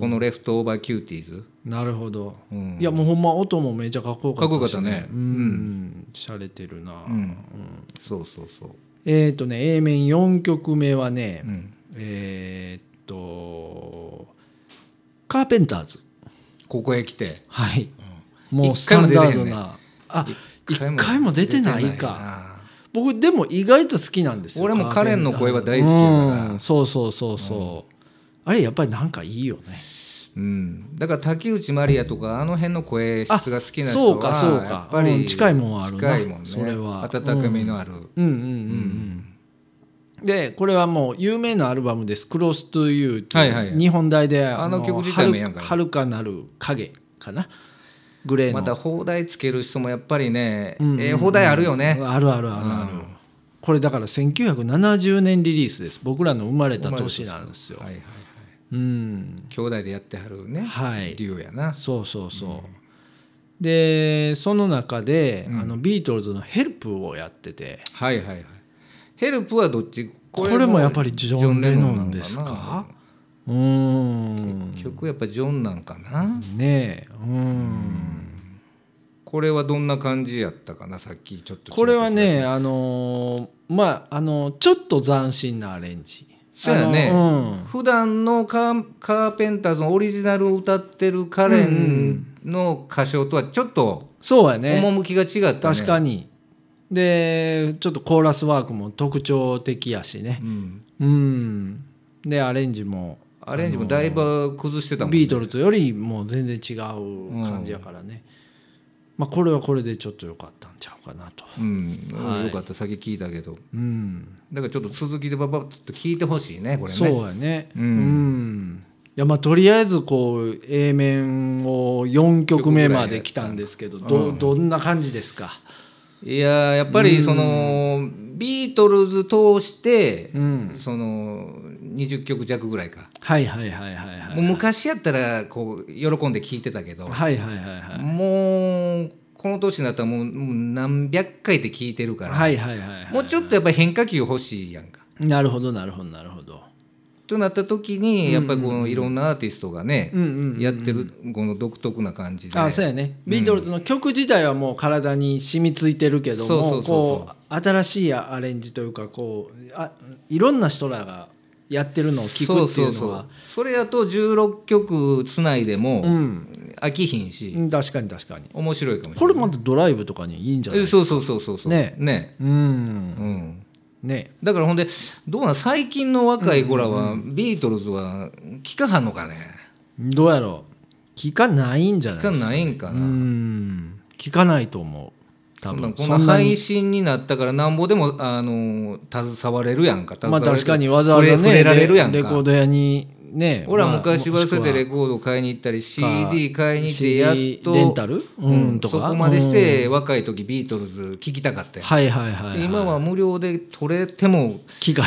Speaker 2: この「レフトオーバーキューティーズ
Speaker 1: なるほど」
Speaker 2: うん
Speaker 1: いやもうほんま音もめちゃかっこよかったし
Speaker 2: かっこよかったね
Speaker 1: うんうん洒落てるな、
Speaker 2: うんそうそうそう、
Speaker 1: えっ、とね A 面4曲目はね、
Speaker 2: うん
Speaker 1: えーっとカーペンターズ
Speaker 2: ここへ来て
Speaker 1: はい、
Speaker 2: うん
Speaker 1: もうス
Speaker 2: 一回
Speaker 1: タ
Speaker 2: も
Speaker 1: ンダ
Speaker 2: 出てへ
Speaker 1: ー
Speaker 2: んね
Speaker 1: ドな、あ一回も出てないか
Speaker 2: な
Speaker 1: 僕でも意外と好きなんですよ
Speaker 2: 俺もカレンの声は大好きやから
Speaker 1: うんそうそうそうそう、あれやっぱりなんかいいよね
Speaker 2: うん、だから竹内まりやとかあの辺の声質が好き
Speaker 1: あ
Speaker 2: な
Speaker 1: そう
Speaker 2: 人は
Speaker 1: かそうか
Speaker 2: やっぱ
Speaker 1: うん
Speaker 2: り
Speaker 1: 近いもんはあるな
Speaker 2: 近いもんね
Speaker 1: それは
Speaker 2: 温かみのある、
Speaker 1: うんうんうんうんでこれはもう有名なアルバムです「Close to You ってう」
Speaker 2: はいはいはい
Speaker 1: 日本大で
Speaker 2: あの曲自体もええやんか
Speaker 1: はるかなる影」かなグレーの
Speaker 2: また放題つける人もやっぱりね、
Speaker 1: うんうんうん
Speaker 2: ええ放題あるよね、
Speaker 1: あるあるあるある、これだから1970年リリースです僕らの生まれた年なんですよ
Speaker 2: はいはいはい
Speaker 1: うん
Speaker 2: 兄弟でやってはるね、
Speaker 1: はい
Speaker 2: デュオやな
Speaker 1: そうそうそう、でその中で、
Speaker 2: うん
Speaker 1: あのビートルズの「ヘルプをやってて
Speaker 2: はいはいはいヘルプはどっち
Speaker 1: これもやっぱりジョンレノンです
Speaker 2: なの
Speaker 1: か
Speaker 2: か
Speaker 1: うーん
Speaker 2: な曲やっぱジョンなんかな、
Speaker 1: ねえうん
Speaker 2: これはどんな感じやったかなさっきちょっと
Speaker 1: これは
Speaker 2: 違った気がす
Speaker 1: ね
Speaker 2: る
Speaker 1: あのーまああのちょっと斬新なアレンジ
Speaker 2: そうやね
Speaker 1: あの
Speaker 2: 普段のカーカーペンターズのオリジナルを歌ってるカレンの歌唱とはちょっと
Speaker 1: うん、そうやね
Speaker 2: 趣が違ったね
Speaker 1: 確かにでちょっとコーラスワークも特徴的やしね
Speaker 2: うん
Speaker 1: うんでアレンジも
Speaker 2: アレンジもだいぶ崩してたもんね
Speaker 1: ビートルズよりも全然違う感じやからね、まあこれはこれでちょっと良かったんちゃうかなと
Speaker 2: うん
Speaker 1: はい
Speaker 2: よかった先聞いたけど
Speaker 1: うん、
Speaker 2: だからちょっと続きでばばっと聞いてほしいねこれね
Speaker 1: そうやね
Speaker 2: うん
Speaker 1: うんいやまあとりあえずこう A 面を4曲目まで来たんですけどど,、
Speaker 2: うん
Speaker 1: どんな感じですか、
Speaker 2: いやーやっぱりそのビートルズ通して
Speaker 1: うん、
Speaker 2: その20曲弱ぐらいか
Speaker 1: はいはいはいはいはい
Speaker 2: もう昔やったらこう喜んで聴いてたけど
Speaker 1: はいはいはいはい
Speaker 2: もうこの年になったらもうもう何百回って聞いてるから、
Speaker 1: はいはいはいはい
Speaker 2: もうちょっとやっぱり変化球欲しいやんか。
Speaker 1: なるほどなるほどなるほど。
Speaker 2: となった時にやっぱりこのいろんなアーティストがね、
Speaker 1: うんうんうんうん
Speaker 2: やってるこの独特な感じで
Speaker 1: あそうやねビートルズの曲自体はもう体に染みついてるけど
Speaker 2: そうそ
Speaker 1: も
Speaker 2: うそう
Speaker 1: こう新しいアレンジというかこうあいろんな人らがやってるのを聞くっていうのは
Speaker 2: それやと16曲つないで
Speaker 1: う
Speaker 2: も
Speaker 1: ん
Speaker 2: 飽きひんし、
Speaker 1: うん確かに確かに
Speaker 2: 面白いかもし
Speaker 1: こ
Speaker 2: れ
Speaker 1: れ
Speaker 2: ない
Speaker 1: またドライブとかにいいんじゃない
Speaker 2: えそうそうそうそうそう
Speaker 1: ね
Speaker 2: ね、
Speaker 1: うん
Speaker 2: うん、
Speaker 1: ね
Speaker 2: だからほんでどうなん最近の若い子らはビートルズは聞かはんのかね
Speaker 1: どうやろう聞かないんじゃない
Speaker 2: 聞か
Speaker 1: ですか
Speaker 2: ないんか
Speaker 1: う
Speaker 2: な、
Speaker 1: ん聞かないと思う多分
Speaker 2: こんな配信になったからなんぼでもあの携われるやんか携
Speaker 1: ま
Speaker 2: わ
Speaker 1: あ
Speaker 2: れる
Speaker 1: 確かにわざわざね
Speaker 2: 触れ触れられるやんか
Speaker 1: レレコード屋にね
Speaker 2: 俺は
Speaker 1: まあ
Speaker 2: 昔はそれでレコード買いに行ったり CD 買いに行ってやっ
Speaker 1: CD
Speaker 2: と
Speaker 1: レンタル
Speaker 2: う
Speaker 1: うんんとか
Speaker 2: そこまでして若い時ビートルズ聴きたかったよ
Speaker 1: はいはいはい、
Speaker 2: で今は無料で取れても
Speaker 1: 気が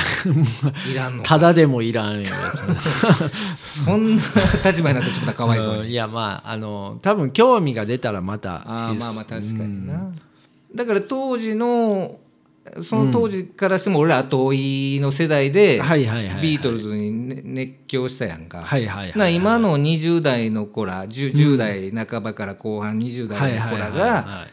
Speaker 2: いらんの
Speaker 1: ただでもいらんよやつ
Speaker 2: そんな立場になってしまったらかわいそう
Speaker 1: うん
Speaker 2: に
Speaker 1: いやまああの多分興味が出たらまた
Speaker 2: ああまあまあ
Speaker 1: です
Speaker 2: 確かになだから当時のその当時からしても俺ら後追いの世代で
Speaker 1: はいはいはい
Speaker 2: ビートルズにね熱狂したやんか
Speaker 1: はいはいはい
Speaker 2: な今の20代の子ら 10, 10代半ばから後半20
Speaker 1: はい
Speaker 2: 代
Speaker 1: は
Speaker 2: の
Speaker 1: い
Speaker 2: 子
Speaker 1: はい
Speaker 2: らが
Speaker 1: は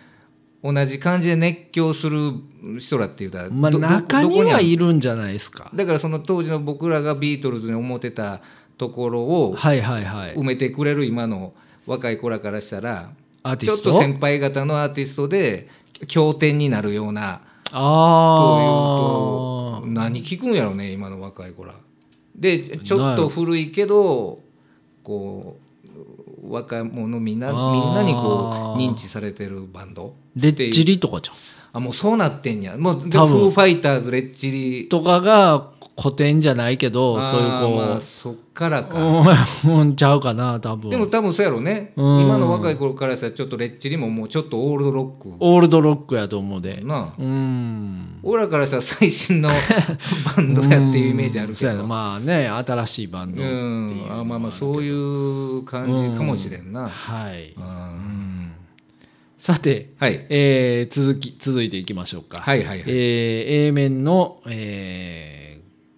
Speaker 2: 同じ感じで熱狂する人らっていうたら
Speaker 1: いまあ
Speaker 2: どど
Speaker 1: 中
Speaker 2: ど
Speaker 1: に
Speaker 2: こあ
Speaker 1: は
Speaker 2: る
Speaker 1: いるんじゃないですか
Speaker 2: だからその当時の僕らがビートルズに思ってたところを
Speaker 1: はいはいはい
Speaker 2: 埋めてくれる今の若い子らからしたら
Speaker 1: アーテ
Speaker 2: ち
Speaker 1: ィ
Speaker 2: ょっ
Speaker 1: スト
Speaker 2: と先輩方のアーティストで経典になるような
Speaker 1: あ
Speaker 2: というと何聞くんやろね今の若い子ら。でちょっと古いけどこう若者みんな
Speaker 1: あ
Speaker 2: み
Speaker 1: ー
Speaker 2: んなにこう認知されてるバンド
Speaker 1: あレ
Speaker 2: ってい
Speaker 1: ッ
Speaker 2: う
Speaker 1: チリとかじゃん
Speaker 2: あもうそうなってんやもうフ
Speaker 1: 多分
Speaker 2: ーファイターズレッチリ
Speaker 1: とかが古典じゃないけどそういう
Speaker 2: あ
Speaker 1: こ
Speaker 2: ー
Speaker 1: う、
Speaker 2: まあそっから か、
Speaker 1: うんうんちゃうかな多分
Speaker 2: でも多分そうやろね、
Speaker 1: うん
Speaker 2: 今の若い頃からしたらちょっとレッチリももうちょっとオールドロック
Speaker 1: オールドロックやと思うで
Speaker 2: なあ
Speaker 1: うん
Speaker 2: 俺らからしたら最新 のバンドやっていうイメージあるけ
Speaker 1: そうや
Speaker 2: ど
Speaker 1: なまあね新しいバンドって
Speaker 2: う
Speaker 1: いう、
Speaker 2: んあまあまあそういう感じかもしれんな、
Speaker 1: はい、
Speaker 2: うん
Speaker 1: さて、
Speaker 2: はい
Speaker 1: えー続き続いていきましょうか、
Speaker 2: はいはい
Speaker 1: え
Speaker 2: はい
Speaker 1: ー A 面の、え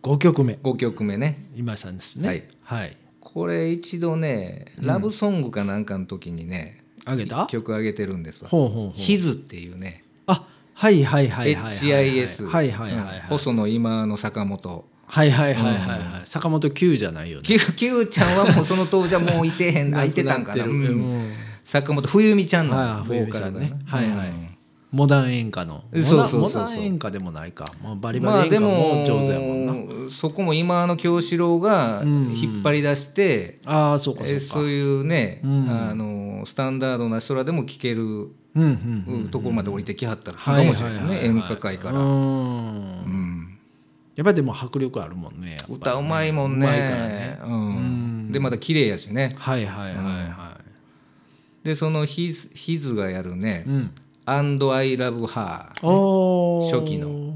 Speaker 1: 5曲目
Speaker 2: 5曲目ね
Speaker 1: 今井さんですね
Speaker 2: はい、
Speaker 1: はい、
Speaker 2: これ一度ねラブソングかなんかの時にね、
Speaker 1: あげた
Speaker 2: 曲上げてるんですわ
Speaker 1: ほうほうほ
Speaker 2: 「
Speaker 1: う
Speaker 2: ヒズっていうね
Speaker 1: あはいはいはいはいはいはい
Speaker 2: HIS
Speaker 1: はいはいはいはい
Speaker 2: うん細野今の坂本
Speaker 1: はいはいはいはいはい、坂本九じゃないよね
Speaker 2: キュキューちゃんはもうその当時はもういてへんあいてたんかな
Speaker 1: く
Speaker 2: う
Speaker 1: ってる
Speaker 2: ん
Speaker 1: うん
Speaker 2: 坂本冬美ちゃん
Speaker 1: は
Speaker 2: の
Speaker 1: い
Speaker 2: ボーカルだ
Speaker 1: 冬美
Speaker 2: ね
Speaker 1: ちゃんねはいはい
Speaker 2: うん
Speaker 1: モダン演歌の
Speaker 2: そうそうそう
Speaker 1: モ
Speaker 2: そう
Speaker 1: ダンモダン演歌でもないか、まあ、バリ
Speaker 2: ま
Speaker 1: バ
Speaker 2: あ
Speaker 1: リ演
Speaker 2: で
Speaker 1: 歌も
Speaker 2: も
Speaker 1: 上手やもんな、
Speaker 2: そこも今の京志郎が
Speaker 1: うん
Speaker 2: 引っ張り出して、
Speaker 1: あ、あそうかそう
Speaker 2: えー
Speaker 1: か
Speaker 2: そういうね、
Speaker 1: うん
Speaker 2: あのスタンダードな人らでも聴ける
Speaker 1: うんうんうん
Speaker 2: ところまで降りてきはったのか
Speaker 1: はい
Speaker 2: も
Speaker 1: はい
Speaker 2: しれ
Speaker 1: はい
Speaker 2: な
Speaker 1: はいい
Speaker 2: ね演歌界か
Speaker 1: う
Speaker 2: ら、
Speaker 1: ん
Speaker 2: うん
Speaker 1: やっぱりでも迫力あるもんねやっぱり
Speaker 2: 歌うまいもんね
Speaker 1: うまいからね
Speaker 2: うん
Speaker 1: うん
Speaker 2: でまた綺麗やしね
Speaker 1: はいはいはいは
Speaker 2: でそのヒズヒズがやるね
Speaker 1: い、うん
Speaker 2: 「And I Love Her」
Speaker 1: おー
Speaker 2: 初期の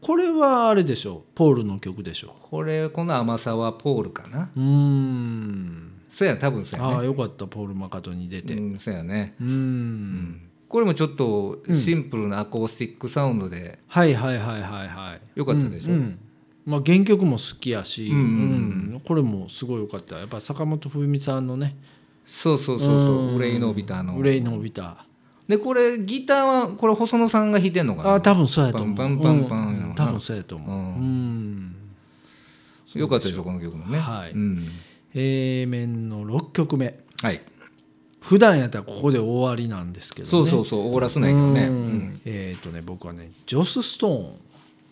Speaker 1: これはあれでしょポールの曲でしょ
Speaker 2: これこの甘さはポールかな
Speaker 1: うーん
Speaker 2: そうや多分そうやね
Speaker 1: ああよかったポール・マカートニー出てう
Speaker 2: うんそうやね
Speaker 1: ーん
Speaker 2: これもちょっとシンプルなアコースティックサウンドで、
Speaker 1: はいはいはいはいはい
Speaker 2: よかったでしょ
Speaker 1: うんうんまあ、原曲も好きやし、
Speaker 2: うんうん
Speaker 1: うんこれもすごいよかったやっぱ坂本冬美さんのね
Speaker 2: そうそうそうそう
Speaker 1: うん
Speaker 2: 憂いのびたの
Speaker 1: 憂いのびた
Speaker 2: でこれギターはこれ細野さんが弾いてんのかな
Speaker 1: あ多分そうやと思う
Speaker 2: パンパンパンパンや
Speaker 1: う
Speaker 2: なん
Speaker 1: 多分そうやと思う、
Speaker 2: う
Speaker 1: うんん
Speaker 2: よかったでしょこの曲もね
Speaker 1: はい
Speaker 2: うん、
Speaker 1: A 面の6曲目
Speaker 2: はい
Speaker 1: 普段やったらここで終わりなんですけど、ね、
Speaker 2: そうそうそうオーラスないけどね、
Speaker 1: うん
Speaker 2: うん
Speaker 1: えっ、とね僕はねジョス・ストーン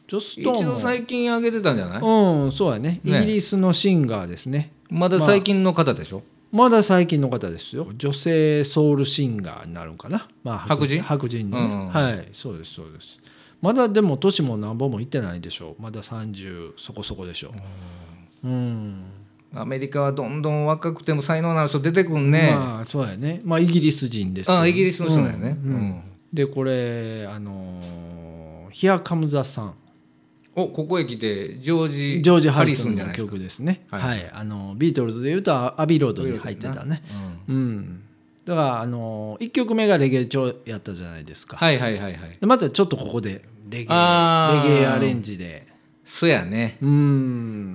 Speaker 1: ジョス・ストーン
Speaker 2: 一
Speaker 1: も
Speaker 2: 度最近上げてたんじゃない、
Speaker 1: うんそうやねイ
Speaker 2: ね
Speaker 1: ギリスのシンガーですね
Speaker 2: まだ最近の方でしょ、
Speaker 1: まだ最近の方ですよ女性ソウルシンガーになるんかな、まあ、
Speaker 2: 白人
Speaker 1: 白人の、
Speaker 2: うんうんうん
Speaker 1: ねはいそうですそうですまだでも年もなんぼもいってないでしょうまだ30そこそこでしょううん
Speaker 2: アメリカはどんどん若くても才能のある人出てくんね、
Speaker 1: まあそうやねまあイギリス人ですけど
Speaker 2: あ、あイギリスの人だよね、
Speaker 1: うんうん
Speaker 2: うん
Speaker 1: でこれあのー「Here Comes the Sun」
Speaker 2: おここへ来てジョー
Speaker 1: ジ
Speaker 2: ジ・
Speaker 1: ョージ・ハリ
Speaker 2: ハ
Speaker 1: ス
Speaker 2: リ
Speaker 1: ン
Speaker 2: じゃ
Speaker 1: の
Speaker 2: ないですか
Speaker 1: 曲ですね
Speaker 2: は
Speaker 1: はいい、あのビートルズでいうとアビーロードに入ってたね、
Speaker 2: うん
Speaker 1: うんだからあの1曲目がレゲエ調やったじゃないですか、
Speaker 2: はいはいはいはい
Speaker 1: でまたちょっとここでレゲ
Speaker 2: あ
Speaker 1: エ
Speaker 2: ー
Speaker 1: レゲエアレンジで
Speaker 2: そやね、
Speaker 1: うー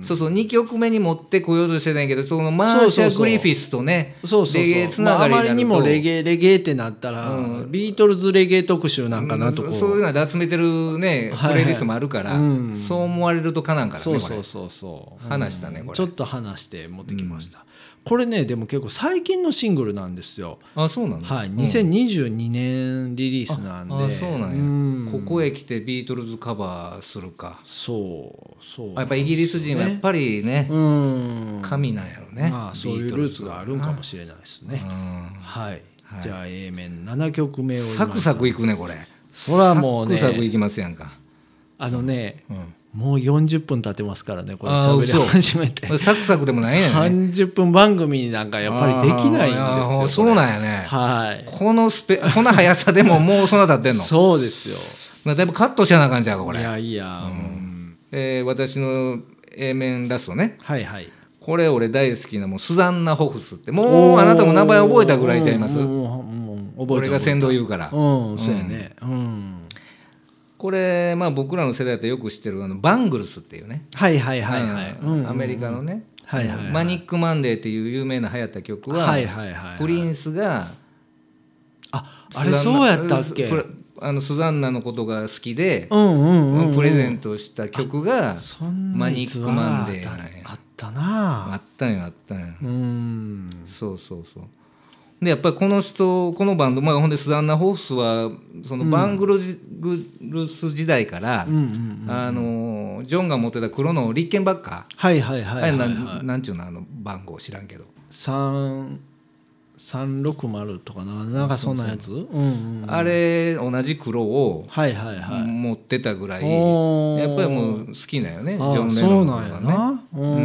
Speaker 1: ん
Speaker 2: そうそう2曲目に持ってこようとしてないけどそのマ
Speaker 1: そ
Speaker 2: ーシ
Speaker 1: うそう
Speaker 2: ャ・
Speaker 1: そう
Speaker 2: グリフィスとね
Speaker 1: そうそうそう
Speaker 2: レゲエつながり
Speaker 1: まあ、あま
Speaker 2: になると
Speaker 1: りにもレゲエレゲエってなったら、
Speaker 2: う
Speaker 1: ビートルズレゲエ特集なんかなとこ
Speaker 2: う
Speaker 1: う、
Speaker 2: んそそういうのは集めてるね
Speaker 1: はいは
Speaker 2: プ
Speaker 1: い
Speaker 2: レイリストもあるから、
Speaker 1: うん
Speaker 2: そう思われるとかなんからね
Speaker 1: そうそ
Speaker 2: こ
Speaker 1: うそうそう
Speaker 2: 話したねこれ
Speaker 1: ちょっと話して持ってきました、これねでも結構最近のシングルなんですよ
Speaker 2: れあそうなの、
Speaker 1: はい、
Speaker 2: うん
Speaker 1: 2022年リリースなんで
Speaker 2: あそうなん
Speaker 1: う
Speaker 2: や、
Speaker 1: ん
Speaker 2: ここへ来てビートルズカバーするか
Speaker 1: そうそう
Speaker 2: あやっぱイギリス人はやっぱりね
Speaker 1: うん
Speaker 2: 神なんやろね、
Speaker 1: まあ、そういうルーツがあるんかもしれないです
Speaker 2: れ
Speaker 1: ね、はい、
Speaker 2: はい
Speaker 1: じゃあ A 面7曲目を
Speaker 2: サクサクいくねこれ
Speaker 1: そらもうね
Speaker 2: サクサクいきますやんか、
Speaker 1: あのね
Speaker 2: うん
Speaker 1: もう40分経ってますからねこれ
Speaker 2: あー
Speaker 1: 喋り
Speaker 2: 嘘
Speaker 1: 始め て
Speaker 2: サクサクでも ないんやね
Speaker 1: 30分番組なんかやっぱりできないんです
Speaker 2: あー
Speaker 1: よ
Speaker 2: そう
Speaker 1: こ
Speaker 2: なんや
Speaker 1: れ
Speaker 2: ね
Speaker 1: はい
Speaker 2: このスペ この速さ でももうそんな経ってんの
Speaker 1: そうですよ
Speaker 2: まあだいぶカットしなあかんじゃんかこ
Speaker 1: い
Speaker 2: れ、
Speaker 1: やいや、うん
Speaker 2: えー私の A 面ラストね
Speaker 1: はいはい
Speaker 2: これ俺大好きなもうスザンナ・ホフスってもうあなたも名前覚えたぐらいちゃいます
Speaker 1: うんうんうんうん覚え
Speaker 2: 俺
Speaker 1: て
Speaker 2: が
Speaker 1: 覚え
Speaker 2: 先導言うから
Speaker 1: たうんそうやねうん
Speaker 2: これまあ僕らの世代だとよく知ってるあのバングルスっていうね
Speaker 1: はいはいはいはい
Speaker 2: うんアメリカのね
Speaker 1: はいはいはい
Speaker 2: マニック・マンデー」っていう有名な流行った曲は,、
Speaker 1: はいはいはいはい
Speaker 2: プリンスが
Speaker 1: ああれそうやったっけ
Speaker 2: スザンナプラあのスザンナのことが好きで、
Speaker 1: うんうんうんうん
Speaker 2: プレゼントした曲が
Speaker 1: そん
Speaker 2: マ
Speaker 1: な
Speaker 2: ニッ
Speaker 1: 逸
Speaker 2: ク
Speaker 1: 話
Speaker 2: マンデーなんや
Speaker 1: あったな
Speaker 2: あ
Speaker 1: あ
Speaker 2: ったんよあったんよ、
Speaker 1: うーん
Speaker 2: そうそうそうでやっぱりこの人このバンド、まあ、ほんでスザンナ・ホースはそのバングルジグルス時代から、
Speaker 1: うんうん
Speaker 2: あのジョンが持ってた黒のリッケンバッカ
Speaker 1: はいはい
Speaker 2: ー、
Speaker 1: はいはい、は
Speaker 2: あれなん
Speaker 1: い、
Speaker 2: なんちゅうのあの番号知らんけど、
Speaker 1: 三三六丸とかななんかそんなやつうんうん
Speaker 2: あれ同じ黒を
Speaker 1: はいはいはい、
Speaker 2: 持ってたぐらい、
Speaker 1: おー
Speaker 2: やっぱりもう好きなんよねジ
Speaker 1: あ
Speaker 2: ョン・レ
Speaker 1: そ
Speaker 2: ノ
Speaker 1: う
Speaker 2: ン
Speaker 1: なんや
Speaker 2: とかね。
Speaker 1: なうー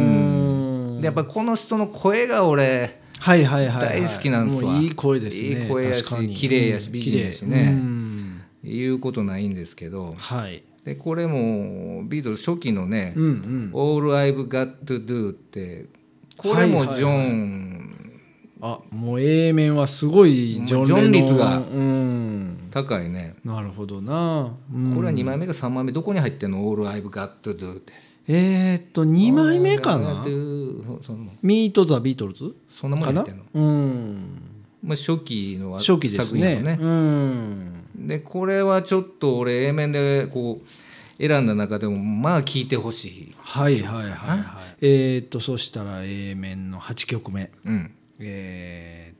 Speaker 1: ん
Speaker 2: でやっぱこの人の声が俺
Speaker 1: はいはいはい、はい、
Speaker 2: 大好きなんですわ、
Speaker 1: もういい声ですね
Speaker 2: いい声やし
Speaker 1: 確かに
Speaker 2: 綺麗やし
Speaker 1: うん
Speaker 2: 美人やし
Speaker 1: 綺麗う
Speaker 2: ね、
Speaker 1: ん
Speaker 2: 言うことないんですけど
Speaker 1: はい
Speaker 2: でこれもビートルズ初期のね
Speaker 1: うんう
Speaker 2: 「
Speaker 1: ん
Speaker 2: All I've Got to Do」ってこれもジョン
Speaker 1: あもう A 面はすごいジョン・
Speaker 2: ジョン
Speaker 1: レノン
Speaker 2: 率が
Speaker 1: うん
Speaker 2: 高いね
Speaker 1: なるほどな、うん
Speaker 2: これは2枚目か3枚目どこに入ってんの「All I've Got to Do」って
Speaker 1: えーっと2枚目かな
Speaker 2: All I've got to do そんな
Speaker 1: ミート・ザ・ビートルズ
Speaker 2: そんなもん
Speaker 1: か
Speaker 2: 入
Speaker 1: な
Speaker 2: ってんの
Speaker 1: うん
Speaker 2: まあ初期のは
Speaker 1: 初期です
Speaker 2: 作品
Speaker 1: ね
Speaker 2: のね
Speaker 1: うん
Speaker 2: でこれはちょっと俺 A 面でこう選んだ中でもまあ聞いてほしい、
Speaker 1: はいはいはいはいえーっとそしたら A 面の8曲目
Speaker 2: うん、
Speaker 1: え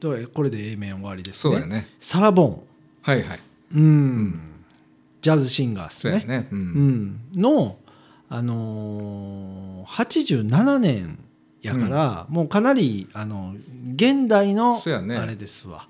Speaker 1: ーどうこれで A 面終わりですね
Speaker 2: そうやね
Speaker 1: サラボン
Speaker 2: はいはい
Speaker 1: うん、ジャズシンガーです
Speaker 2: そう
Speaker 1: ね
Speaker 2: やねう、
Speaker 1: うんん、の、あのー87年やから、もうかなり、あの現代の
Speaker 2: そうやね
Speaker 1: あれですわ、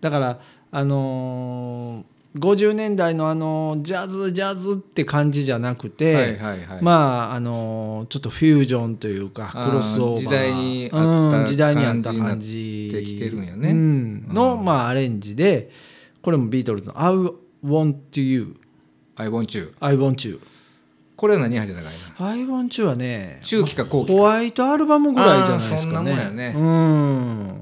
Speaker 1: だから、あのー50年代の、あのージャズジャズって感じじゃなくて、
Speaker 2: はいはいはいあ
Speaker 1: まあ、あのーちょっとフュージョンというか
Speaker 2: あー
Speaker 1: クロスオーバー
Speaker 2: 時代に合った
Speaker 1: うん時代に合った感
Speaker 2: 感
Speaker 1: じ
Speaker 2: ってきてるんやね
Speaker 1: うん
Speaker 2: うん
Speaker 1: の、まあ、アレンジでこれもビートルズの「I want you
Speaker 2: I want you
Speaker 1: I want you」
Speaker 2: これは何入ってたかいな
Speaker 1: アイワン中はね
Speaker 2: 中期か後期
Speaker 1: ホ
Speaker 2: か
Speaker 1: ワイトアルバムぐらいじゃないですかね
Speaker 2: あーそんなもんやね
Speaker 1: う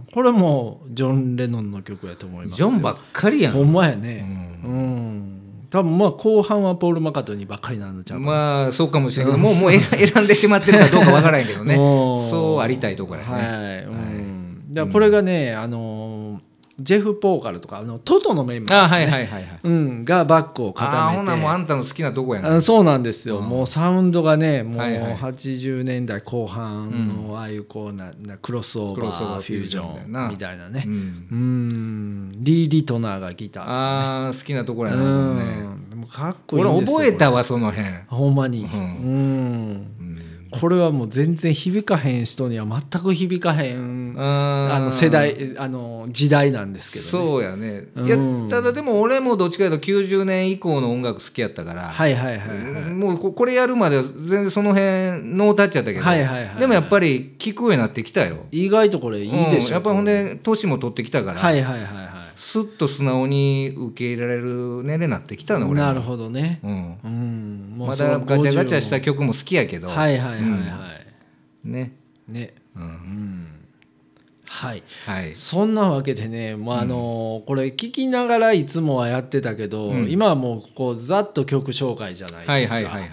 Speaker 1: んこれもジョン・レノンの曲やと思います
Speaker 2: ジョンばっかりや
Speaker 1: ほ
Speaker 2: ん
Speaker 1: んまやねうん、多分まあ後半はポール・マカトニーばっかりなのちゃうかな
Speaker 2: まあそうかもしれんけどもうもう選 選んでしまってるかどうかわからんけどね
Speaker 1: も
Speaker 2: そうありたいところやね
Speaker 1: はい、うんだからこれがね、あのジェフ・ポーカルとかあのトトのメンバー、
Speaker 2: あはいはいはいはい
Speaker 1: うん、がバックを固めて
Speaker 2: あーほなもうあんたの好きなとこやな
Speaker 1: あそうなんですよ、もうサウンドがねもう
Speaker 2: はいはい
Speaker 1: 80年代後半のああいうこうななクロスオー
Speaker 2: ク
Speaker 1: バ
Speaker 2: ロスオー
Speaker 1: ー
Speaker 2: バ
Speaker 1: フュ
Speaker 2: ー
Speaker 1: ージ
Speaker 2: フュージョンみたい
Speaker 1: ョ
Speaker 2: な
Speaker 1: ンみたいなね
Speaker 2: うん
Speaker 1: うんリー・リトナーがギター
Speaker 2: あー好きなとこ
Speaker 1: う
Speaker 2: ろやなほんとね
Speaker 1: んもうかっこいい
Speaker 2: 俺
Speaker 1: んですよ
Speaker 2: 覚えたわその辺
Speaker 1: ほんまにう、
Speaker 2: うんうん
Speaker 1: これはもう全然響かへん人には全く響かへんあ
Speaker 2: あ
Speaker 1: の
Speaker 2: の
Speaker 1: 世代あの時代なんですけどね
Speaker 2: そうやねい
Speaker 1: うん
Speaker 2: やただでも俺もどっちかというと90年以降の音楽好きやったから
Speaker 1: はいはいはいはい、
Speaker 2: もうここれやるまでは全然その辺ノータッチやったけど、
Speaker 1: はいはいはい
Speaker 2: でもやっぱり聞くようになってきたよ
Speaker 1: 意外とこれいいでしょ、
Speaker 2: うんやっぱりほんで年も取ってきたから、
Speaker 1: はいはいはいはい
Speaker 2: すっと素直に受け入れられる年齢になってきたの俺も
Speaker 1: なるほどね、
Speaker 2: うん、
Speaker 1: うん、もう
Speaker 2: ま
Speaker 1: その
Speaker 2: だガチャガチャした
Speaker 1: 50
Speaker 2: 曲も好きやけど、
Speaker 1: もはいはいはいはい、
Speaker 2: ね、
Speaker 1: ね
Speaker 2: う、
Speaker 1: うんんはい
Speaker 2: はい
Speaker 1: そんなわけでね、まああのこれ聞きながらいつもはやってたけど、
Speaker 2: うん
Speaker 1: 今はもうこうざっと曲紹介じゃない
Speaker 2: はい
Speaker 1: ですか、
Speaker 2: はいはいはい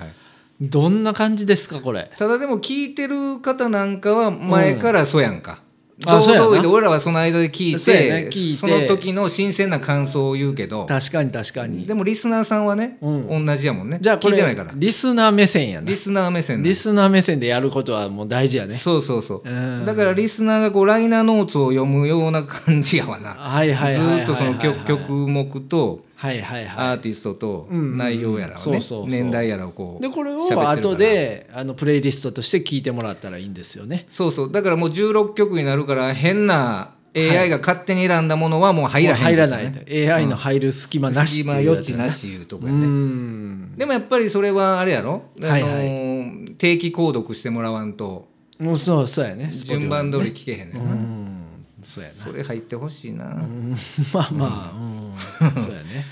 Speaker 1: どんな感じですかこれ
Speaker 2: ただでも聞いてる方なんかは前からそうやんか、
Speaker 1: あそうやな
Speaker 2: 堂々で俺らはその間で聞い
Speaker 1: そうや
Speaker 2: て
Speaker 1: ね聞いて
Speaker 2: その時の新鮮な感想を言うけど
Speaker 1: 確かに確かに
Speaker 2: でもリスナーさんはね、
Speaker 1: う
Speaker 2: 同じやもんね
Speaker 1: じゃあこ
Speaker 2: 聞いてな
Speaker 1: れ
Speaker 2: いから
Speaker 1: リスナー目線やな
Speaker 2: リスナー目線
Speaker 1: リスナー目線でやることはもう大事やね
Speaker 2: そうそうそう
Speaker 1: うん
Speaker 2: だからリスナーがこうライナーノーツを読むような感じやわな
Speaker 1: はい
Speaker 2: ず
Speaker 1: はいはいはいは
Speaker 2: ー
Speaker 1: い
Speaker 2: っとその曲曲目と
Speaker 1: はいはいはい
Speaker 2: アーティストと
Speaker 1: うん
Speaker 2: 内容やらを
Speaker 1: そう
Speaker 2: ね
Speaker 1: そうそう
Speaker 2: 年代やらをこう
Speaker 1: でこれ
Speaker 2: 喋ってるか
Speaker 1: を
Speaker 2: ら
Speaker 1: 後であのプレイリストとして聞いてもらったらいいんですよね。
Speaker 2: そうそうだからもう16曲になるから変な AI が勝手に選んだものはもう入らへん
Speaker 1: 入らな
Speaker 2: ってことね
Speaker 1: い AI の入る隙間なし
Speaker 2: 隙間
Speaker 1: っていう
Speaker 2: 余
Speaker 1: やつ
Speaker 2: 地
Speaker 1: ね
Speaker 2: なしいうと
Speaker 1: う
Speaker 2: こやね
Speaker 1: ん
Speaker 2: でもやっぱりそれはあれやろ、あのー
Speaker 1: はい
Speaker 2: 定期購読してもらわんと
Speaker 1: もうそうそうやね
Speaker 2: 順番通り聞けへんねんな、
Speaker 1: うんそうやな
Speaker 2: それ入ってほしいな、
Speaker 1: うん まあまあ、 うん、そうやね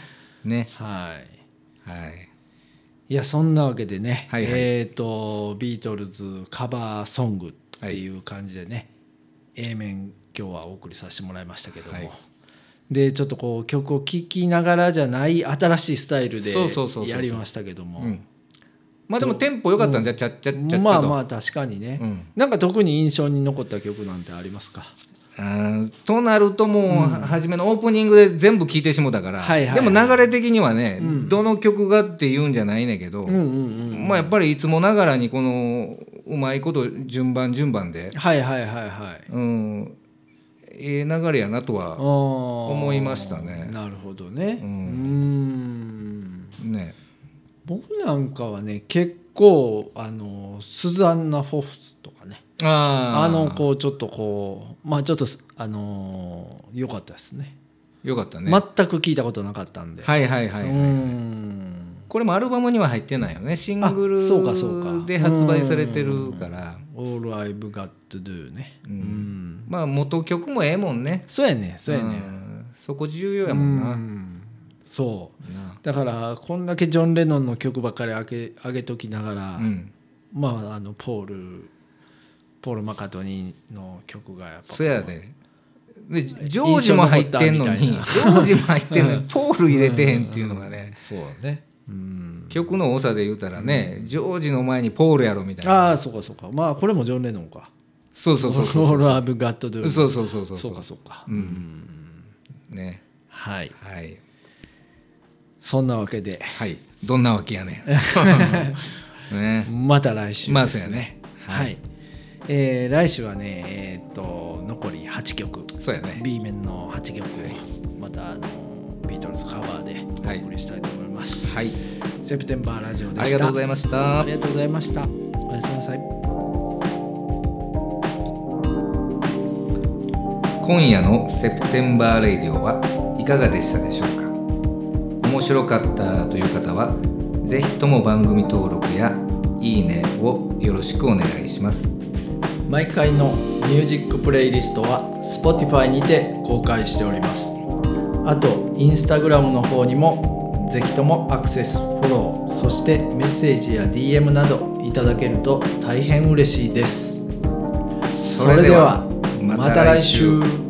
Speaker 2: ね
Speaker 1: はい
Speaker 2: はい
Speaker 1: いやそんなわけでね、
Speaker 2: はいはい
Speaker 1: えっ、とビートルズカバーソングっていう感じでね、A 面今日はお送りさせてもらいましたけども、
Speaker 2: はい
Speaker 1: でちょっとこう曲を聴きながらじゃない新しいスタイルで
Speaker 2: そうそうそうそう
Speaker 1: やりましたけども
Speaker 2: うんまあでもテンポ良かったんじゃ、ちゃっちゃっちゃっちゃと
Speaker 1: まあまあ確かにね、
Speaker 2: うん
Speaker 1: なんか特に印象に残った曲なんてありますか
Speaker 2: うんとなるともう、初めのオープニングで全部聴いてしもたから、
Speaker 1: はいはい
Speaker 2: でも流れ的にはね、
Speaker 1: うん
Speaker 2: どの曲がって言うんじゃないねんけど、
Speaker 1: うんうんうん
Speaker 2: まあやっぱりいつもながらにこのうまいこと順番順番で、
Speaker 1: はいはいはいはい
Speaker 2: うん、ええ流れやなとは、
Speaker 1: 思
Speaker 2: いましたね
Speaker 1: なるほどねう
Speaker 2: うん
Speaker 1: ん
Speaker 2: ね
Speaker 1: 僕なんかはね結構あのスザンナ・フォフスとかね
Speaker 2: あ
Speaker 1: あのこうちょっとこうまあちょっとあの良かったですね
Speaker 2: うよかったね、
Speaker 1: 全く聞いたことなかったんで
Speaker 2: はいはいはい、はい
Speaker 1: うん
Speaker 2: これもアルバムには入ってないよねシング
Speaker 1: あそうかそうか
Speaker 2: ルで発売されてるから
Speaker 1: 「All I've Got to Do ね」
Speaker 2: うん
Speaker 1: うん
Speaker 2: まあ元曲もええもんね
Speaker 1: そうやねそうやね
Speaker 2: んそこ重要やもんな,な
Speaker 1: うんそう
Speaker 2: あ、
Speaker 1: だからこんだけジョン・レノンの曲ばっかり上げ上げときながら、
Speaker 2: うん、
Speaker 1: まああのポールポール・マカトニーの曲がやっぱ
Speaker 2: そやででジョージも入ってんのに
Speaker 1: 印
Speaker 2: ジ
Speaker 1: 象残
Speaker 2: ョ
Speaker 1: っ
Speaker 2: ージも入ってんのにポール入れてへんっていうのがね
Speaker 1: そうねうん
Speaker 2: 曲の多さで言うたらね、ジョージの前にポールやろみたいな
Speaker 1: ああそうかそうかまあこれもジョン・レノンか
Speaker 2: そうそうそうそう
Speaker 1: ポール・アブ・ガッド・ドゥ
Speaker 2: そうそうそうそう
Speaker 1: そうかそうか
Speaker 2: うんね
Speaker 1: はい
Speaker 2: はい
Speaker 1: そんなわけで
Speaker 2: はいどんなわけやねんね
Speaker 1: また来週
Speaker 2: まあ
Speaker 1: です
Speaker 2: そうやね
Speaker 1: はい、えー来週はねえーっと残り8曲
Speaker 2: そうやね
Speaker 1: B 面の8曲をまたあのビートルズカバーでお送りしたいと思います、
Speaker 2: はい
Speaker 1: セプテンバーラジオでした
Speaker 2: ありがとうございました
Speaker 1: ありがとうございましたおやすみなさい
Speaker 2: 今夜のセプテンバーレイディオはいかがでしたでしょうか面白かったという方はぜひとも番組登録やいいねをよろしくお願いします
Speaker 1: 毎回のミュージックプレイリストは Spotify にて公開しておりますあと Instagram の方にもぜひともアクセスフォローそしてメッセージや DM などいただけると大変嬉しいですそれではまた来週